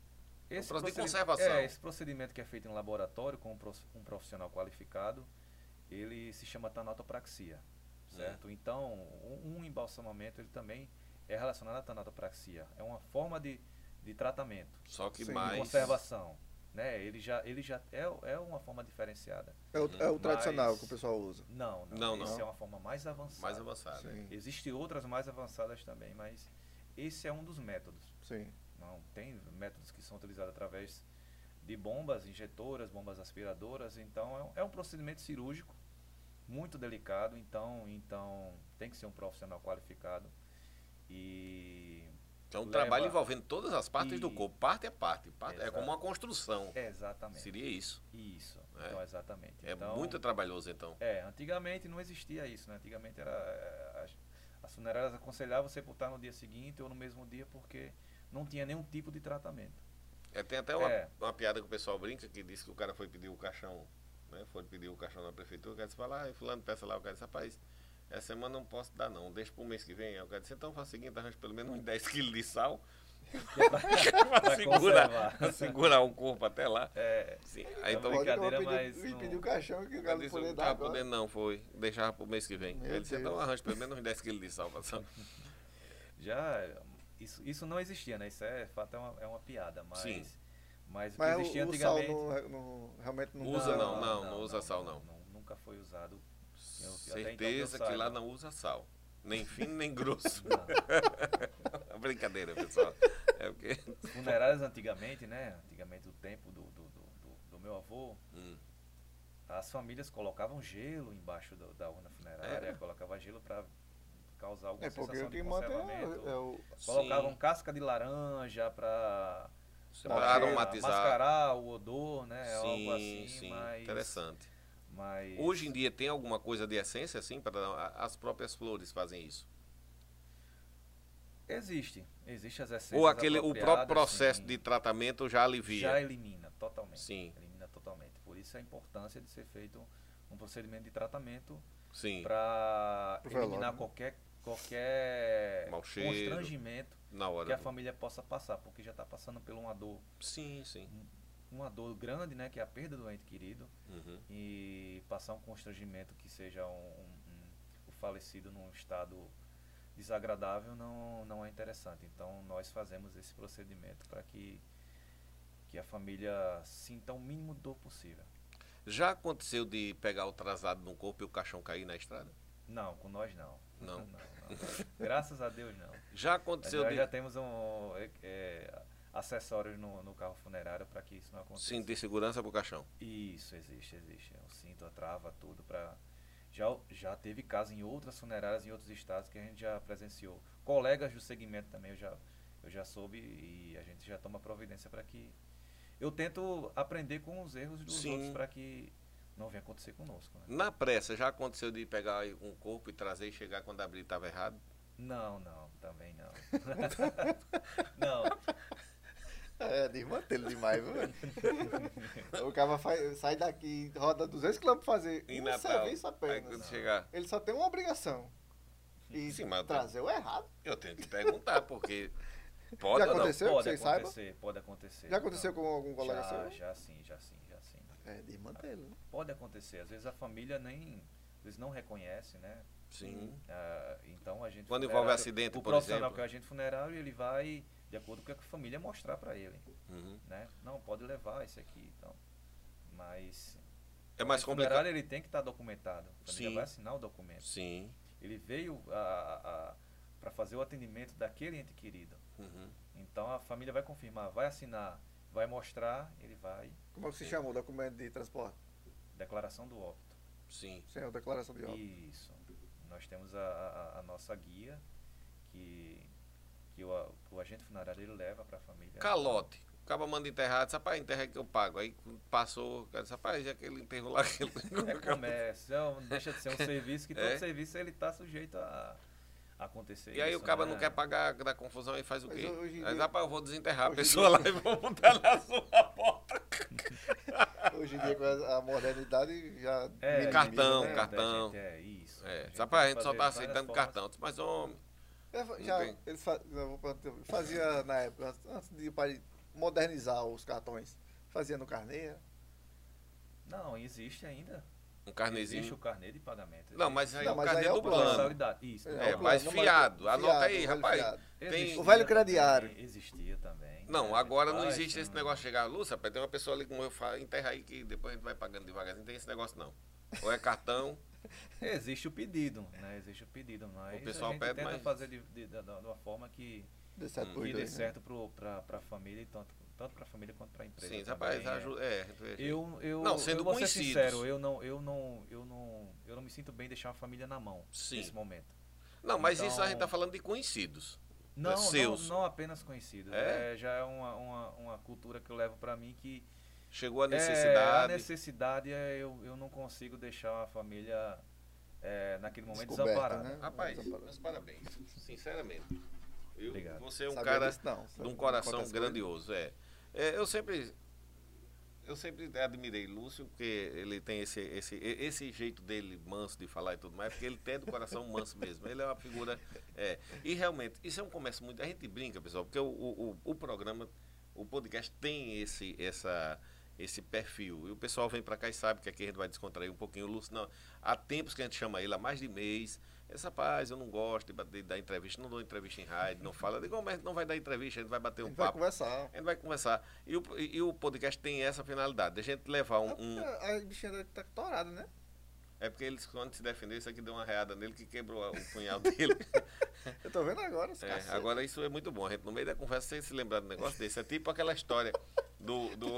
Speaker 1: Esse
Speaker 2: processo de
Speaker 1: procedi-
Speaker 2: conservação.
Speaker 1: É, esse procedimento que é feito em laboratório com um prof- um profissional qualificado, ele se chama tanatopraxia,
Speaker 2: Hum.
Speaker 1: certo? Então, um, um embalsamamento ele também é relacionado à tanatopraxia. É uma forma de, de tratamento,
Speaker 2: Só que
Speaker 3: Sim,
Speaker 1: de
Speaker 2: mais...
Speaker 1: conservação, né? Ele já, ele já é, é uma forma diferenciada.
Speaker 3: É o, é o
Speaker 1: Mas-
Speaker 3: tradicional que o pessoal usa.
Speaker 1: Não,
Speaker 2: Não,
Speaker 1: não.
Speaker 2: não.
Speaker 1: Esse é uma forma mais avançada.
Speaker 2: Mais avançado, né?
Speaker 3: Sim,
Speaker 1: Existem outras mais avançadas também, mas esse é um dos métodos.
Speaker 3: sim.
Speaker 1: Não tem métodos que são utilizados através de bombas injetoras, bombas aspiradoras. Então é um, é um procedimento cirúrgico muito delicado. Então, então tem que ser um profissional qualificado e
Speaker 2: Que é um
Speaker 1: Leva-
Speaker 2: trabalho envolvendo todas as partes do
Speaker 1: E-
Speaker 2: corpo, parte a parte. parte- é
Speaker 1: Exato.
Speaker 2: como uma construção,
Speaker 1: é exatamente
Speaker 2: seria isso.
Speaker 1: isso.
Speaker 2: É.
Speaker 1: Então exatamente.
Speaker 2: É
Speaker 1: Então,
Speaker 2: muito trabalhoso, então.
Speaker 1: É, antigamente não existia isso, né? Antigamente era é, as, as funerárias aconselhavam sepultar no dia seguinte ou no mesmo dia porque não tinha nenhum tipo de tratamento.
Speaker 2: É, tem até uma,
Speaker 1: É.
Speaker 2: uma piada que o pessoal brinca que diz que o cara foi pedir o caixão, né? Foi pedir o caixão na prefeitura, o cara disse, vai lá, e fulano peça lá, o cara disse, rapaz, essa semana não posso dar não, deixa pro mês que vem. Aí o cara disse, então faz o seguinte, arranja pelo menos uns 10 quilos de sal. pra [laughs]
Speaker 1: pra
Speaker 2: segurar,
Speaker 1: conservar.
Speaker 2: pra segurar o um corpo até lá.
Speaker 1: É,
Speaker 2: Sim. Aí então
Speaker 1: Tá
Speaker 2: o
Speaker 1: brincadeira,
Speaker 3: Olha que eu vou
Speaker 1: mas
Speaker 3: pedir-
Speaker 1: não-
Speaker 3: pedir o caixão que o
Speaker 2: cara
Speaker 3: cara não
Speaker 2: disse,
Speaker 3: poder
Speaker 2: não
Speaker 1: tá
Speaker 3: dar
Speaker 2: tava
Speaker 3: agora.
Speaker 2: podendo não, foi. Deixava pro mês que vem.
Speaker 3: Meu
Speaker 2: Aí ele disse, então
Speaker 3: Deus.
Speaker 2: arranja pelo menos uns 10 quilos de sal pra sal.
Speaker 1: já isso, isso não existia, né? Isso é fato é uma, é uma piada, mas
Speaker 2: Sim.
Speaker 1: mas o que
Speaker 3: Mas
Speaker 1: existia
Speaker 3: o, o sal
Speaker 1: antigamente
Speaker 3: não, não- realmente não
Speaker 2: Usa
Speaker 3: dá-
Speaker 2: não, não. usa sal, não.
Speaker 1: Nunca foi usado. Eu- até então que eu
Speaker 2: Certeza que
Speaker 1: saiba.
Speaker 2: lá não usa sal.
Speaker 1: [laughs]
Speaker 2: Nem fino, nem grosso.
Speaker 1: Não.
Speaker 2: [laughs] Brincadeira, pessoal. É porque...
Speaker 1: Funerárias antigamente, né? Antigamente do tempo do, do, do, do- do meu avô,
Speaker 2: Hum.
Speaker 1: as famílias colocavam gelo embaixo do- da urna funerária,
Speaker 2: Era?
Speaker 1: colocava gelo para causar alguma
Speaker 3: É porque
Speaker 1: sensação
Speaker 3: o
Speaker 1: de
Speaker 3: que manda é,
Speaker 1: conservamento.
Speaker 3: é o. [laughs]
Speaker 1: Colocavam casca de laranja para
Speaker 2: Pra
Speaker 3: cheiro,
Speaker 2: aromatizar.
Speaker 1: mascarar o odor, né?
Speaker 2: sim,
Speaker 1: Algo assim,
Speaker 2: sim.
Speaker 1: mas
Speaker 2: Interessante.
Speaker 1: mas
Speaker 2: Hoje em dia tem alguma coisa de essência, assim, para as próprias flores fazem isso.
Speaker 1: Existe. Existe as essências
Speaker 2: Ou aquele, o próprio
Speaker 1: apropriadas,
Speaker 2: processo
Speaker 1: sim.
Speaker 2: de tratamento já alivia.
Speaker 1: Já é. elimina totalmente.
Speaker 2: Sim.
Speaker 1: Elimina totalmente. Por isso a importância de ser feito um procedimento de tratamento
Speaker 2: Sim.
Speaker 1: para
Speaker 3: Pro velório,
Speaker 1: eliminar
Speaker 3: né?
Speaker 1: qualquer, qualquer
Speaker 2: Mau cheiro.
Speaker 1: constrangimento
Speaker 2: Na hora.
Speaker 1: que a
Speaker 2: do-
Speaker 1: família possa passar, porque já está passando por uma dor,
Speaker 2: Sim, sim.
Speaker 1: uma dor grande, né, que é a perda do ente querido,
Speaker 2: Uhum.
Speaker 1: e passar um constrangimento que seja um, um- um- o falecido num estado desagradável não, não é interessante. Então nós fazemos esse procedimento para que, que a família sinta o mínimo dor possível.
Speaker 2: Já aconteceu de pegar o trazado no corpo e o caixão cair na estrada?
Speaker 1: Não, com nós não.
Speaker 2: Não.
Speaker 1: não. Graças a Deus não.
Speaker 2: Já
Speaker 1: Mas
Speaker 2: aconteceu
Speaker 1: nós
Speaker 2: de.
Speaker 1: já temos um, é, é, acessórios no, no carro funerário para que isso não aconteça.
Speaker 2: Sim, de segurança pro caixão.
Speaker 1: Isso, existe, existe. O cinto, a trava, tudo pra. Já, já teve caso em outras funerárias, em outros estados, que a gente já presenciou. Colegas do segmento também, eu já, eu já soube e a gente já toma providência para que. Eu tento aprender com os erros dos
Speaker 2: Sim.
Speaker 1: outros para que não venha acontecer conosco. Né?
Speaker 2: Na pressa, já aconteceu de pegar um corpo e trazer e chegar quando abrir estava errado?
Speaker 1: Não, não, também
Speaker 3: [laughs]
Speaker 1: não. não,
Speaker 3: É, desmantelo demais, viu?
Speaker 1: [laughs]
Speaker 3: o cara faz- sai daqui, roda 200 km pra fazer
Speaker 2: Em
Speaker 3: uma
Speaker 2: Natal.
Speaker 3: serviço
Speaker 2: Aí
Speaker 3: apenas.
Speaker 2: quando chegar.
Speaker 3: Ele só tem uma obrigação. E
Speaker 2: Sim, mas-
Speaker 3: trazer o errado.
Speaker 2: Eu tenho que
Speaker 3: [laughs]
Speaker 2: perguntar, porque. Pode
Speaker 3: Já
Speaker 2: ou não?
Speaker 3: aconteceu? que
Speaker 1: pode
Speaker 3: vocês saibam?
Speaker 1: acontecer, pode acontecer.
Speaker 3: Já aconteceu com algum
Speaker 1: Não,
Speaker 3: colega
Speaker 1: então. já,
Speaker 3: seu?
Speaker 1: já sim, já sim, já sim.
Speaker 3: É, desmantelo.
Speaker 1: Pode acontecer. Às vezes a família nem. Eles não reconhecem, né?
Speaker 2: Sim.
Speaker 1: Ah, então a gente.
Speaker 2: Quando
Speaker 1: funerário-
Speaker 2: envolve acidente,
Speaker 1: o
Speaker 2: por
Speaker 1: profissional
Speaker 2: exemplo.
Speaker 1: que é o agente funerário, ele vai de acordo com o que a família mostrar para ele,
Speaker 2: Uhum.
Speaker 1: né? Não, pode levar esse aqui, então. Mas
Speaker 2: É mais
Speaker 1: O
Speaker 2: complicado.
Speaker 1: funerário ele tem que estar documentado. A família
Speaker 2: Sim.
Speaker 1: vai assinar o documento.
Speaker 2: Sim.
Speaker 1: Ele veio para fazer o atendimento daquele ente querido.
Speaker 2: Uhum.
Speaker 1: Então a família vai confirmar, vai assinar, vai mostrar, ele vai.
Speaker 3: Como é que se chama o documento de transporte?
Speaker 1: Declaração do óbito.
Speaker 2: Sim.
Speaker 3: Sem a declaração de óbito.
Speaker 1: Isso. Nós temos a, a- a nossa guia que, que, o, a- que o agente funerário ele leva para a família.
Speaker 2: Calote. O cara manda enterrar, disse, rapaz, enterra que eu pago. Aí passou, o cara disse, rapaz, já que ele enterrou lá, aquele.
Speaker 1: [laughs] É comércio, é um- deixa de
Speaker 2: [laughs]
Speaker 1: ser um serviço que todo
Speaker 2: É.
Speaker 1: serviço ele está sujeito a a acontecer.
Speaker 2: E aí
Speaker 1: isso,
Speaker 2: o cara
Speaker 1: né?
Speaker 2: não quer pagar da confusão e faz o
Speaker 3: Mas
Speaker 2: quê?
Speaker 3: hoje em
Speaker 2: Aí
Speaker 3: dia-
Speaker 2: dá pra eu vou desenterrar a
Speaker 3: hoje em
Speaker 2: pessoa lá e vou botar na sua [laughs] porta.
Speaker 3: Hoje em dia, com a a modernidade, já.
Speaker 1: É,
Speaker 3: minimiza,
Speaker 2: cartão,
Speaker 1: é,
Speaker 3: né?
Speaker 2: cartão.
Speaker 1: gente, É, isso.
Speaker 2: É,
Speaker 1: gente
Speaker 2: só pra
Speaker 1: tem
Speaker 2: gente
Speaker 1: que
Speaker 2: só
Speaker 1: fazer
Speaker 2: tá
Speaker 1: várias
Speaker 2: aceitando
Speaker 1: formas.
Speaker 2: cartão. Disse, Mas homem,
Speaker 3: É, fa- já,
Speaker 2: Entendi.
Speaker 3: eles fa- não, vou perguntar, fazia na época, antes- antes de o pai modernizar os cartões, fazia no né? carneiro.
Speaker 1: Não, existe ainda.
Speaker 2: um
Speaker 1: Existe o
Speaker 2: carnezinho.
Speaker 1: carnê de pagamento.
Speaker 2: Não, mas aí
Speaker 3: Não,
Speaker 2: o
Speaker 3: mas
Speaker 2: carnê
Speaker 3: aí é
Speaker 2: do
Speaker 3: o
Speaker 1: Plano de
Speaker 2: plano.
Speaker 1: solidariedade, Isso.
Speaker 3: É,
Speaker 1: plano.
Speaker 2: É,
Speaker 3: o plano,
Speaker 2: mas
Speaker 3: não,
Speaker 2: fiado.
Speaker 3: o
Speaker 2: Anota aí,
Speaker 3: o velho
Speaker 2: rapaz.
Speaker 3: fiado.
Speaker 1: Existia
Speaker 3: O velho
Speaker 1: também,
Speaker 3: crediário.
Speaker 1: Existia também.
Speaker 2: Não,
Speaker 1: né?
Speaker 2: agora não
Speaker 1: Mas,
Speaker 2: existe esse
Speaker 1: hum,
Speaker 2: negócio de chegar à luz, rapaz. Tem uma pessoa ali como eu falo, enterra aí que depois a gente vai pagando devagarzinho. Não tem esse negócio não. Ou é cartão,
Speaker 1: Existe o pedido, né? Existe o pedido, mas
Speaker 2: pessoal
Speaker 1: a gente
Speaker 2: pede,
Speaker 1: tenta
Speaker 2: mas-
Speaker 1: fazer de, de- da- da- de uma forma que,
Speaker 2: Hum.
Speaker 3: Deu certo pros
Speaker 1: que dê
Speaker 3: dois, né?
Speaker 1: certo para a família, e tanto, tanto para a família quanto para a empresa.
Speaker 2: sim, rapaz,
Speaker 1: também, é.
Speaker 2: ajuda. É, gente-
Speaker 1: Eu, eu,
Speaker 2: Não,
Speaker 1: eu
Speaker 2: sendo
Speaker 1: vou ser
Speaker 2: conhecidos.
Speaker 1: sincero, eu não, eu não, eu não, eu não me sinto bem deixar a família na mão
Speaker 2: Sim. É
Speaker 1: nesse momento.
Speaker 2: Não, mas
Speaker 1: Então-
Speaker 2: isso a gente tá falando de conhecidos.
Speaker 1: Não, não,
Speaker 2: seus.
Speaker 1: não apenas conhecidos.
Speaker 2: É?
Speaker 1: É, já é uma, uma, uma cultura que eu levo para mim que
Speaker 2: Chegou a
Speaker 1: É, a
Speaker 2: necessidade.
Speaker 1: necessidade é, eu, eu não consigo deixar a família é, naquele momento
Speaker 3: Descoberta,
Speaker 1: desamparada.
Speaker 3: né?
Speaker 2: Rapaz,
Speaker 3: Essa parada.
Speaker 2: meus parabéns. Sinceramente. Eu-
Speaker 1: Obrigado.
Speaker 2: Você é um
Speaker 3: Sabia
Speaker 2: cara
Speaker 3: disso, não.
Speaker 2: de um
Speaker 3: Sabe-
Speaker 2: coração
Speaker 3: quantas coisas.
Speaker 2: grandioso, é. É, Eu sempre eu sempre admirei Lúcio, porque ele tem esse, esse, e- esse jeito dele manso de falar e tudo mais, porque ele tem do coração manso mesmo. Ele é uma figura. É. E realmente, isso é um comércio muito. A gente brinca, pessoal, porque o, o, o- o programa, o podcast tem esse, essa, esse perfil. E o pessoal vem pra cá e sabe que aqui a gente vai descontrair um pouquinho. O Lúcio, não. Há tempos que a gente chama ele, há mais de mês. Essa paz, eu não gosto de, ba- de dar entrevista, não dou entrevista em rádio, não fala. Eu Digo, "Oh, mas não vai dar entrevista, a gente vai bater
Speaker 3: A
Speaker 2: um
Speaker 3: gente vai
Speaker 2: papo.
Speaker 3: conversar.
Speaker 2: A gente vai conversar. E o, e e o podcast tem essa finalidade, de a gente levar um. um-
Speaker 3: A, a bichinha dele tá torada, né?
Speaker 2: É porque eles, quando se defendeu, isso aqui deu uma reada nele que quebrou a- o punhal dele.
Speaker 3: Eu tô vendo agora os
Speaker 2: É,
Speaker 3: cacete.
Speaker 2: agora isso é muito bom. A gente, no meio da conversa, você se lembrar do negócio desse. É tipo aquela história do. [laughs] do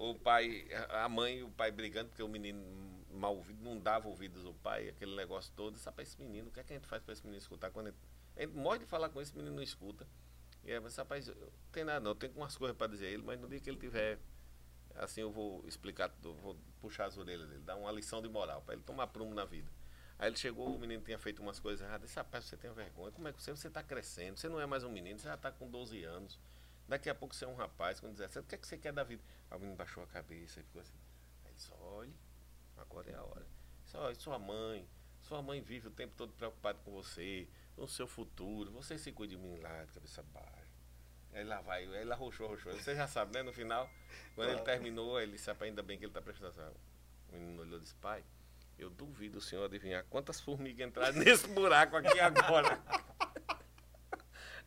Speaker 2: o pai, a mãe e o pai brigando, porque o menino mal ouvido não dava ouvidos ao pai, aquele negócio todo. Sabe, esse menino, o que é que a gente faz pra esse menino escutar? Quando a gente, a gente morre de falar com esse menino, não escuta. E aí, mas rapaz, eu- eu- tem nada não, tem umas coisas pra dizer a ele, mas no dia que ele tiver. Assim eu vou explicar, tudo, vou puxar as orelhas dele, dar uma lição de moral, pra ele tomar prumo na vida. Aí ele chegou, o menino tinha feito umas coisas erradas. Disse, rapaz, você tem vergonha. Como é que você, você tá crescendo? Você não é mais um menino, você já tá com 12 anos. Daqui a pouco você é um rapaz com 17. O que é que você quer da vida? Aí o menino baixou a cabeça e ficou assim. Aí ele disse, olhe, agora é a hora. Disse, olha, sua mãe, sua mãe vive o tempo todo preocupada com você, no seu futuro. Você se cuide de mim lá, de cabeça baixa. Aí lá vai, aí ele arrochou, arrochou. Você já sabe, né? No final, quando ele terminou, ele disse, "Rapaz, ainda bem que ele tá prestando atenção. O menino olhou e disse, pai, eu duvido o senhor adivinhar quantas formigas entraram [laughs] nesse buraco aqui agora.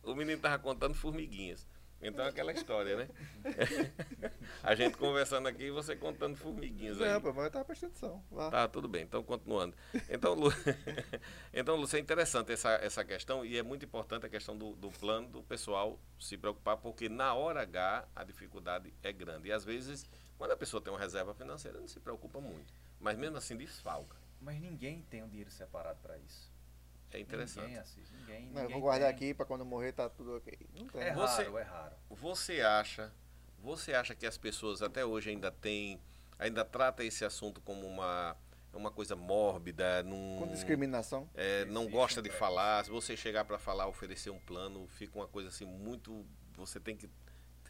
Speaker 2: o menino tava contando formiguinhas. Então é aquela história, né? [laughs] A gente conversando aqui e você contando formiguinhas
Speaker 3: Não,
Speaker 2: aí.
Speaker 3: pô, é, mas eu tava prestando atenção. Lá.
Speaker 2: Tá, tudo bem. Então, continuando. Então, Lu... [laughs] então Lúcio, é interessante essa, essa questão e é muito importante a questão do, do plano do pessoal se preocupar, porque na hora H a dificuldade é grande. E às vezes, quando a pessoa tem uma reserva financeira, não se preocupa muito. Mas mesmo assim, desfalca.
Speaker 1: Mas ninguém tem um dinheiro separado para isso.
Speaker 2: É
Speaker 1: Ninguém
Speaker 2: interessante.
Speaker 1: assiste, ninguém.
Speaker 3: Não, eu
Speaker 1: ninguém
Speaker 3: vou guardar
Speaker 1: tem.
Speaker 3: aqui pra quando eu morrer tá tudo ok. Não tem.
Speaker 1: É
Speaker 3: né?
Speaker 2: Você-
Speaker 1: raro, é raro.
Speaker 2: Você acha, você acha que as pessoas até hoje ainda têm, ainda trata esse assunto como uma, uma coisa mórbida, num,
Speaker 3: Com discriminação.
Speaker 2: é, não
Speaker 1: Existe
Speaker 2: gosta
Speaker 1: um
Speaker 2: de
Speaker 1: déficit.
Speaker 2: falar. Se você chegar para falar, oferecer um plano, fica uma coisa assim muito, você tem que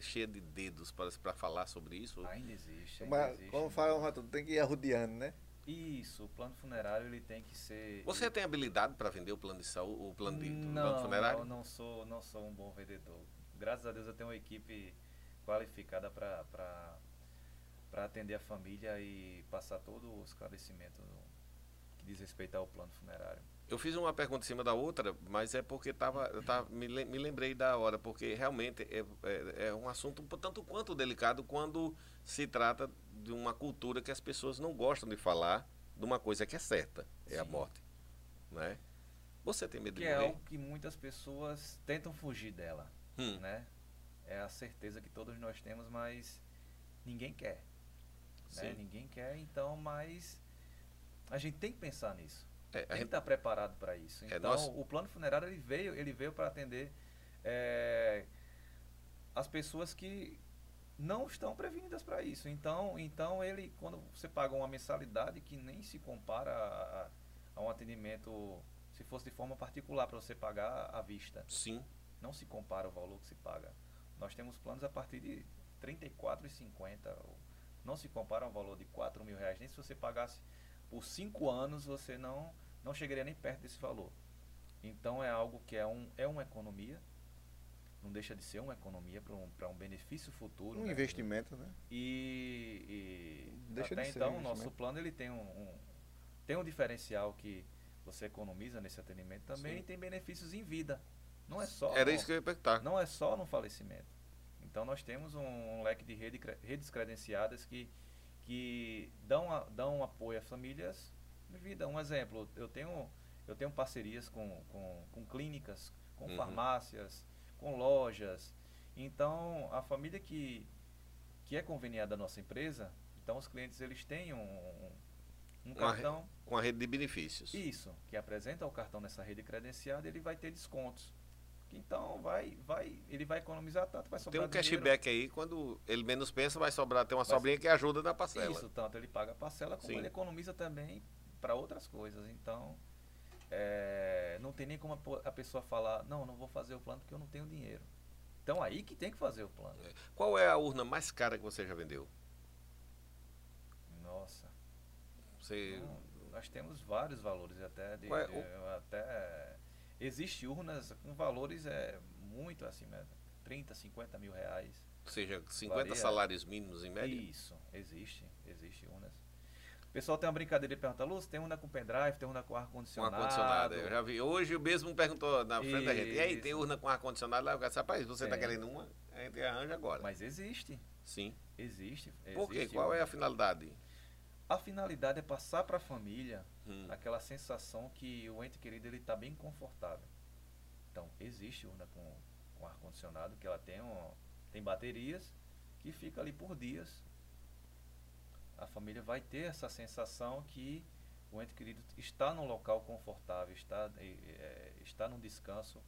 Speaker 2: cheia de dedos para para falar sobre isso.
Speaker 1: Ainda existe. Ainda
Speaker 3: Mas,
Speaker 1: existe
Speaker 3: como fala um rato, tem que ir arrudeando, né?
Speaker 1: Isso, o plano funerário ele tem que ser.
Speaker 2: Você tem habilidade para vender o plano de saúde, o plano de o plano
Speaker 1: não,
Speaker 2: funerário?
Speaker 1: Eu não sou, não sou um bom vendedor. Graças a Deus eu tenho uma equipe qualificada para atender a família e passar todo o esclarecimento desrespeitar o plano funerário.
Speaker 2: Eu fiz uma pergunta em cima da outra, mas é porque tava, eu tava, me, lem- me lembrei da hora, porque realmente é, é, é um assunto um po- tanto quanto delicado quando se trata de uma cultura que as pessoas não gostam de falar de uma coisa que é certa, é a
Speaker 1: Sim.
Speaker 2: morte. Né? Você tem medo de
Speaker 1: Que é
Speaker 2: morrer?
Speaker 1: algo que muitas pessoas tentam fugir dela,
Speaker 2: Hum.
Speaker 1: né? É a certeza que todos nós temos, mas ninguém quer. Né?
Speaker 2: Sim.
Speaker 1: Ninguém quer, então, mas a gente tem que pensar nisso.
Speaker 2: É, a
Speaker 1: Tem que
Speaker 2: gente-
Speaker 1: estar preparado para isso.
Speaker 2: É,
Speaker 1: Então,
Speaker 2: nós-
Speaker 1: o plano funerário ele veio, ele veio para atender é, as pessoas que não estão prevenidas para isso. Então, então ele quando você paga uma mensalidade que nem se compara a, a- a um atendimento se fosse de forma particular para você pagar à vista,
Speaker 2: Sim.
Speaker 1: não se compara o valor que se paga. Nós temos planos a partir de R$ 34,50. ou- Não se compara ao valor de R$ 4 mil reais. Nem se você pagasse por cinco anos, você não, não chegaria nem perto desse valor. Então é algo que é, um, é uma economia. Não deixa de ser uma economia para um, pra um benefício futuro.
Speaker 3: Um
Speaker 1: né?
Speaker 3: investimento, né?
Speaker 1: E, e
Speaker 3: Deixa
Speaker 1: até
Speaker 3: de ser
Speaker 1: então
Speaker 3: um
Speaker 1: o nosso
Speaker 3: investimento.
Speaker 1: plano ele tem um, um- tem um diferencial que você economiza nesse atendimento também
Speaker 2: Sim.
Speaker 1: e tem benefícios em vida. Não é só
Speaker 2: Era
Speaker 1: no-
Speaker 2: isso que eu ia perguntar.
Speaker 1: não é só no falecimento. Então nós temos um, um leque de rede cre- redes credenciadas que, que dão, a- dão apoio a famílias de vida. Um exemplo, eu tenho, eu tenho parcerias com, com, com clínicas, com
Speaker 2: Uhum.
Speaker 1: farmácias, com lojas. Então a família que, que é conveniada da nossa empresa, então os clientes eles têm um, um- um
Speaker 2: Uma re-
Speaker 1: cartão.
Speaker 2: Com a rede de benefícios.
Speaker 1: Isso, que apresenta o cartão nessa rede credenciada, ele vai ter descontos. Que Então vai, vai, ele vai economizar tanto, vai
Speaker 2: Tem
Speaker 1: sobrar
Speaker 2: um cashback aí, quando ele menos pensa, vai sobrar. Tem uma
Speaker 1: Vai-
Speaker 2: sobrinha que ajuda na
Speaker 1: dinheiro.
Speaker 2: parcela.
Speaker 1: Isso, tanto ele paga a parcela como
Speaker 2: Sim.
Speaker 1: ele economiza também para outras coisas. Então, é, não tem nem como a, po- a pessoa falar, não, não vou fazer o plano porque eu não tenho dinheiro. Então aí que tem que fazer o plano.
Speaker 2: Qual é a urna mais cara que você já vendeu? É.
Speaker 1: Nossa.
Speaker 2: Você.
Speaker 1: Então, nós temos vários valores até de,
Speaker 2: Ué,
Speaker 1: de- até existe urnas com valores é muito acima, 30, 50 mil reais.
Speaker 2: Ou seja, 50
Speaker 1: Varia.
Speaker 2: salários mínimos em média?
Speaker 1: Isso, existe, existe urnas. O pessoal tem uma brincadeira e pergunta, Lúcio, tem urna com pendrive, tem urna com
Speaker 2: Com
Speaker 1: ar-condicionado.
Speaker 2: ar-condicionado. é Eu já vi. Hoje o mesmo perguntou na frente da gente. E aí, tem
Speaker 1: Isso.
Speaker 2: urna com ar-condicionado? Lá eu disse, rapaz, você está
Speaker 1: Tem.
Speaker 2: querendo uma? A gente arranja agora.
Speaker 1: Mas existe,
Speaker 2: Sim.
Speaker 1: existe.
Speaker 2: Por quê?
Speaker 1: existe
Speaker 2: Qual é
Speaker 1: urna.
Speaker 2: a finalidade?
Speaker 1: A finalidade é passar para a família
Speaker 2: Hum.
Speaker 1: aquela sensação que o ente querido ele está bem confortável. Então, existe urna com, com ar-condicionado, que ela tem, um, tem baterias que fica ali por dias. A família vai ter essa sensação que o ente querido está num local confortável, está, eh, eh, está num descanso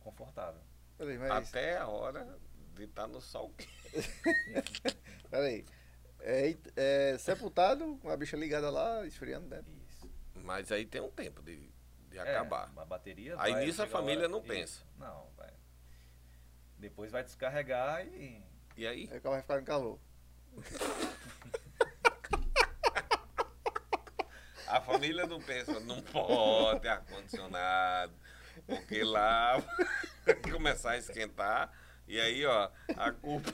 Speaker 1: confortável.
Speaker 3: Peraí,
Speaker 1: É
Speaker 3: mas. é
Speaker 2: Até a hora de estar no sol.
Speaker 3: Peraí. É, é sepultado com a bicha ligada lá, esfriando, né?
Speaker 1: Isso.
Speaker 2: Mas aí tem um tempo de, de
Speaker 1: É,
Speaker 2: acabar.
Speaker 1: A bateria
Speaker 2: Aí
Speaker 1: vai
Speaker 2: nisso a
Speaker 1: chegar
Speaker 2: família
Speaker 1: hora-
Speaker 2: não
Speaker 1: isso.
Speaker 2: pensa.
Speaker 1: Não, vai. Depois vai descarregar e
Speaker 2: E aí?
Speaker 3: Aí o carro vai ficar no calor.
Speaker 2: A família não pensa, não pode ter ar-condicionado, porque lá vai começar a esquentar, e aí, ó,
Speaker 1: [laughs]
Speaker 2: a culpa.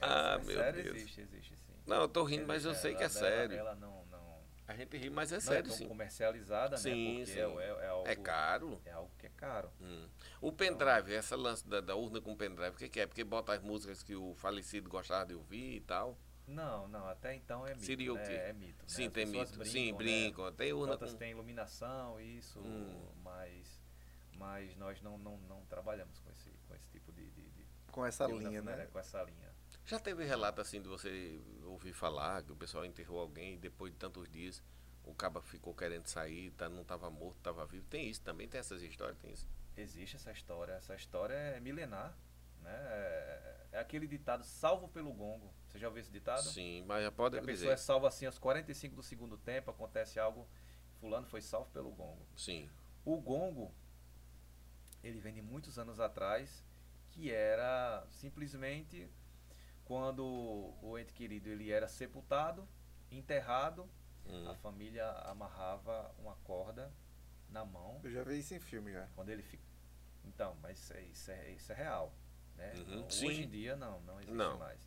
Speaker 2: ah, meu
Speaker 1: sério,
Speaker 2: Deus.
Speaker 1: existe, existe sim.
Speaker 2: Não, eu tô rindo, mas eu
Speaker 1: Existe,
Speaker 2: sei que é
Speaker 1: ela- ela-
Speaker 2: sério.
Speaker 1: Ela não, não,
Speaker 2: A gente ri, mas é
Speaker 1: não é
Speaker 2: sério,
Speaker 1: tão
Speaker 2: sim.
Speaker 1: comercializada,
Speaker 2: Sim,
Speaker 1: né? Porque
Speaker 2: sim.
Speaker 1: É, é- é algo,
Speaker 2: É caro.
Speaker 1: é algo que é caro.
Speaker 2: Hum. O pendrive, essa lance da, da urna com pendrive, o que, que é? Porque bota as músicas que o falecido gostava de ouvir e tal.
Speaker 1: Não, não, até então é mito.
Speaker 2: Seria o
Speaker 1: né?
Speaker 2: quê?
Speaker 1: É mito. né?
Speaker 2: Sim,
Speaker 1: As
Speaker 2: tem
Speaker 1: pessoas
Speaker 2: mito. Sim,
Speaker 1: né?
Speaker 2: brincam. Tem urna
Speaker 1: Outras
Speaker 2: com...
Speaker 1: têm iluminação, isso,
Speaker 2: Hum.
Speaker 1: mas, mas nós não, não, não trabalhamos com esse, com esse tipo de. de, de
Speaker 3: Com essa
Speaker 1: de urna
Speaker 3: linha,
Speaker 1: funerária,
Speaker 3: né?
Speaker 1: Com essa linha.
Speaker 2: Já teve relato assim de você ouvir falar que o pessoal enterrou alguém e depois de tantos dias o caba ficou querendo sair, tá, não estava morto, estava vivo. Tem isso também, tem essas histórias, tem isso.
Speaker 1: Existe essa história. Essa história é milenar. Né? É, é aquele ditado salvo pelo gongo. Você já ouviu esse ditado?
Speaker 2: Sim, mas já pode
Speaker 1: A pessoa
Speaker 2: dizer.
Speaker 1: é salva assim aos 45 do segundo tempo, acontece algo, fulano foi salvo pelo gongo.
Speaker 2: Sim.
Speaker 1: O gongo, ele vem de muitos anos atrás, que era simplesmente quando o ente querido ele era sepultado, enterrado,
Speaker 2: Hum.
Speaker 1: a família amarrava uma corda na mão
Speaker 3: Eu já vi isso em filme já.
Speaker 1: quando ele fica. Então, mas isso é, isso é, isso é real. Né?
Speaker 2: Uhum,
Speaker 1: Hoje
Speaker 2: sim.
Speaker 1: em dia não, não existe
Speaker 2: Não.
Speaker 1: mais.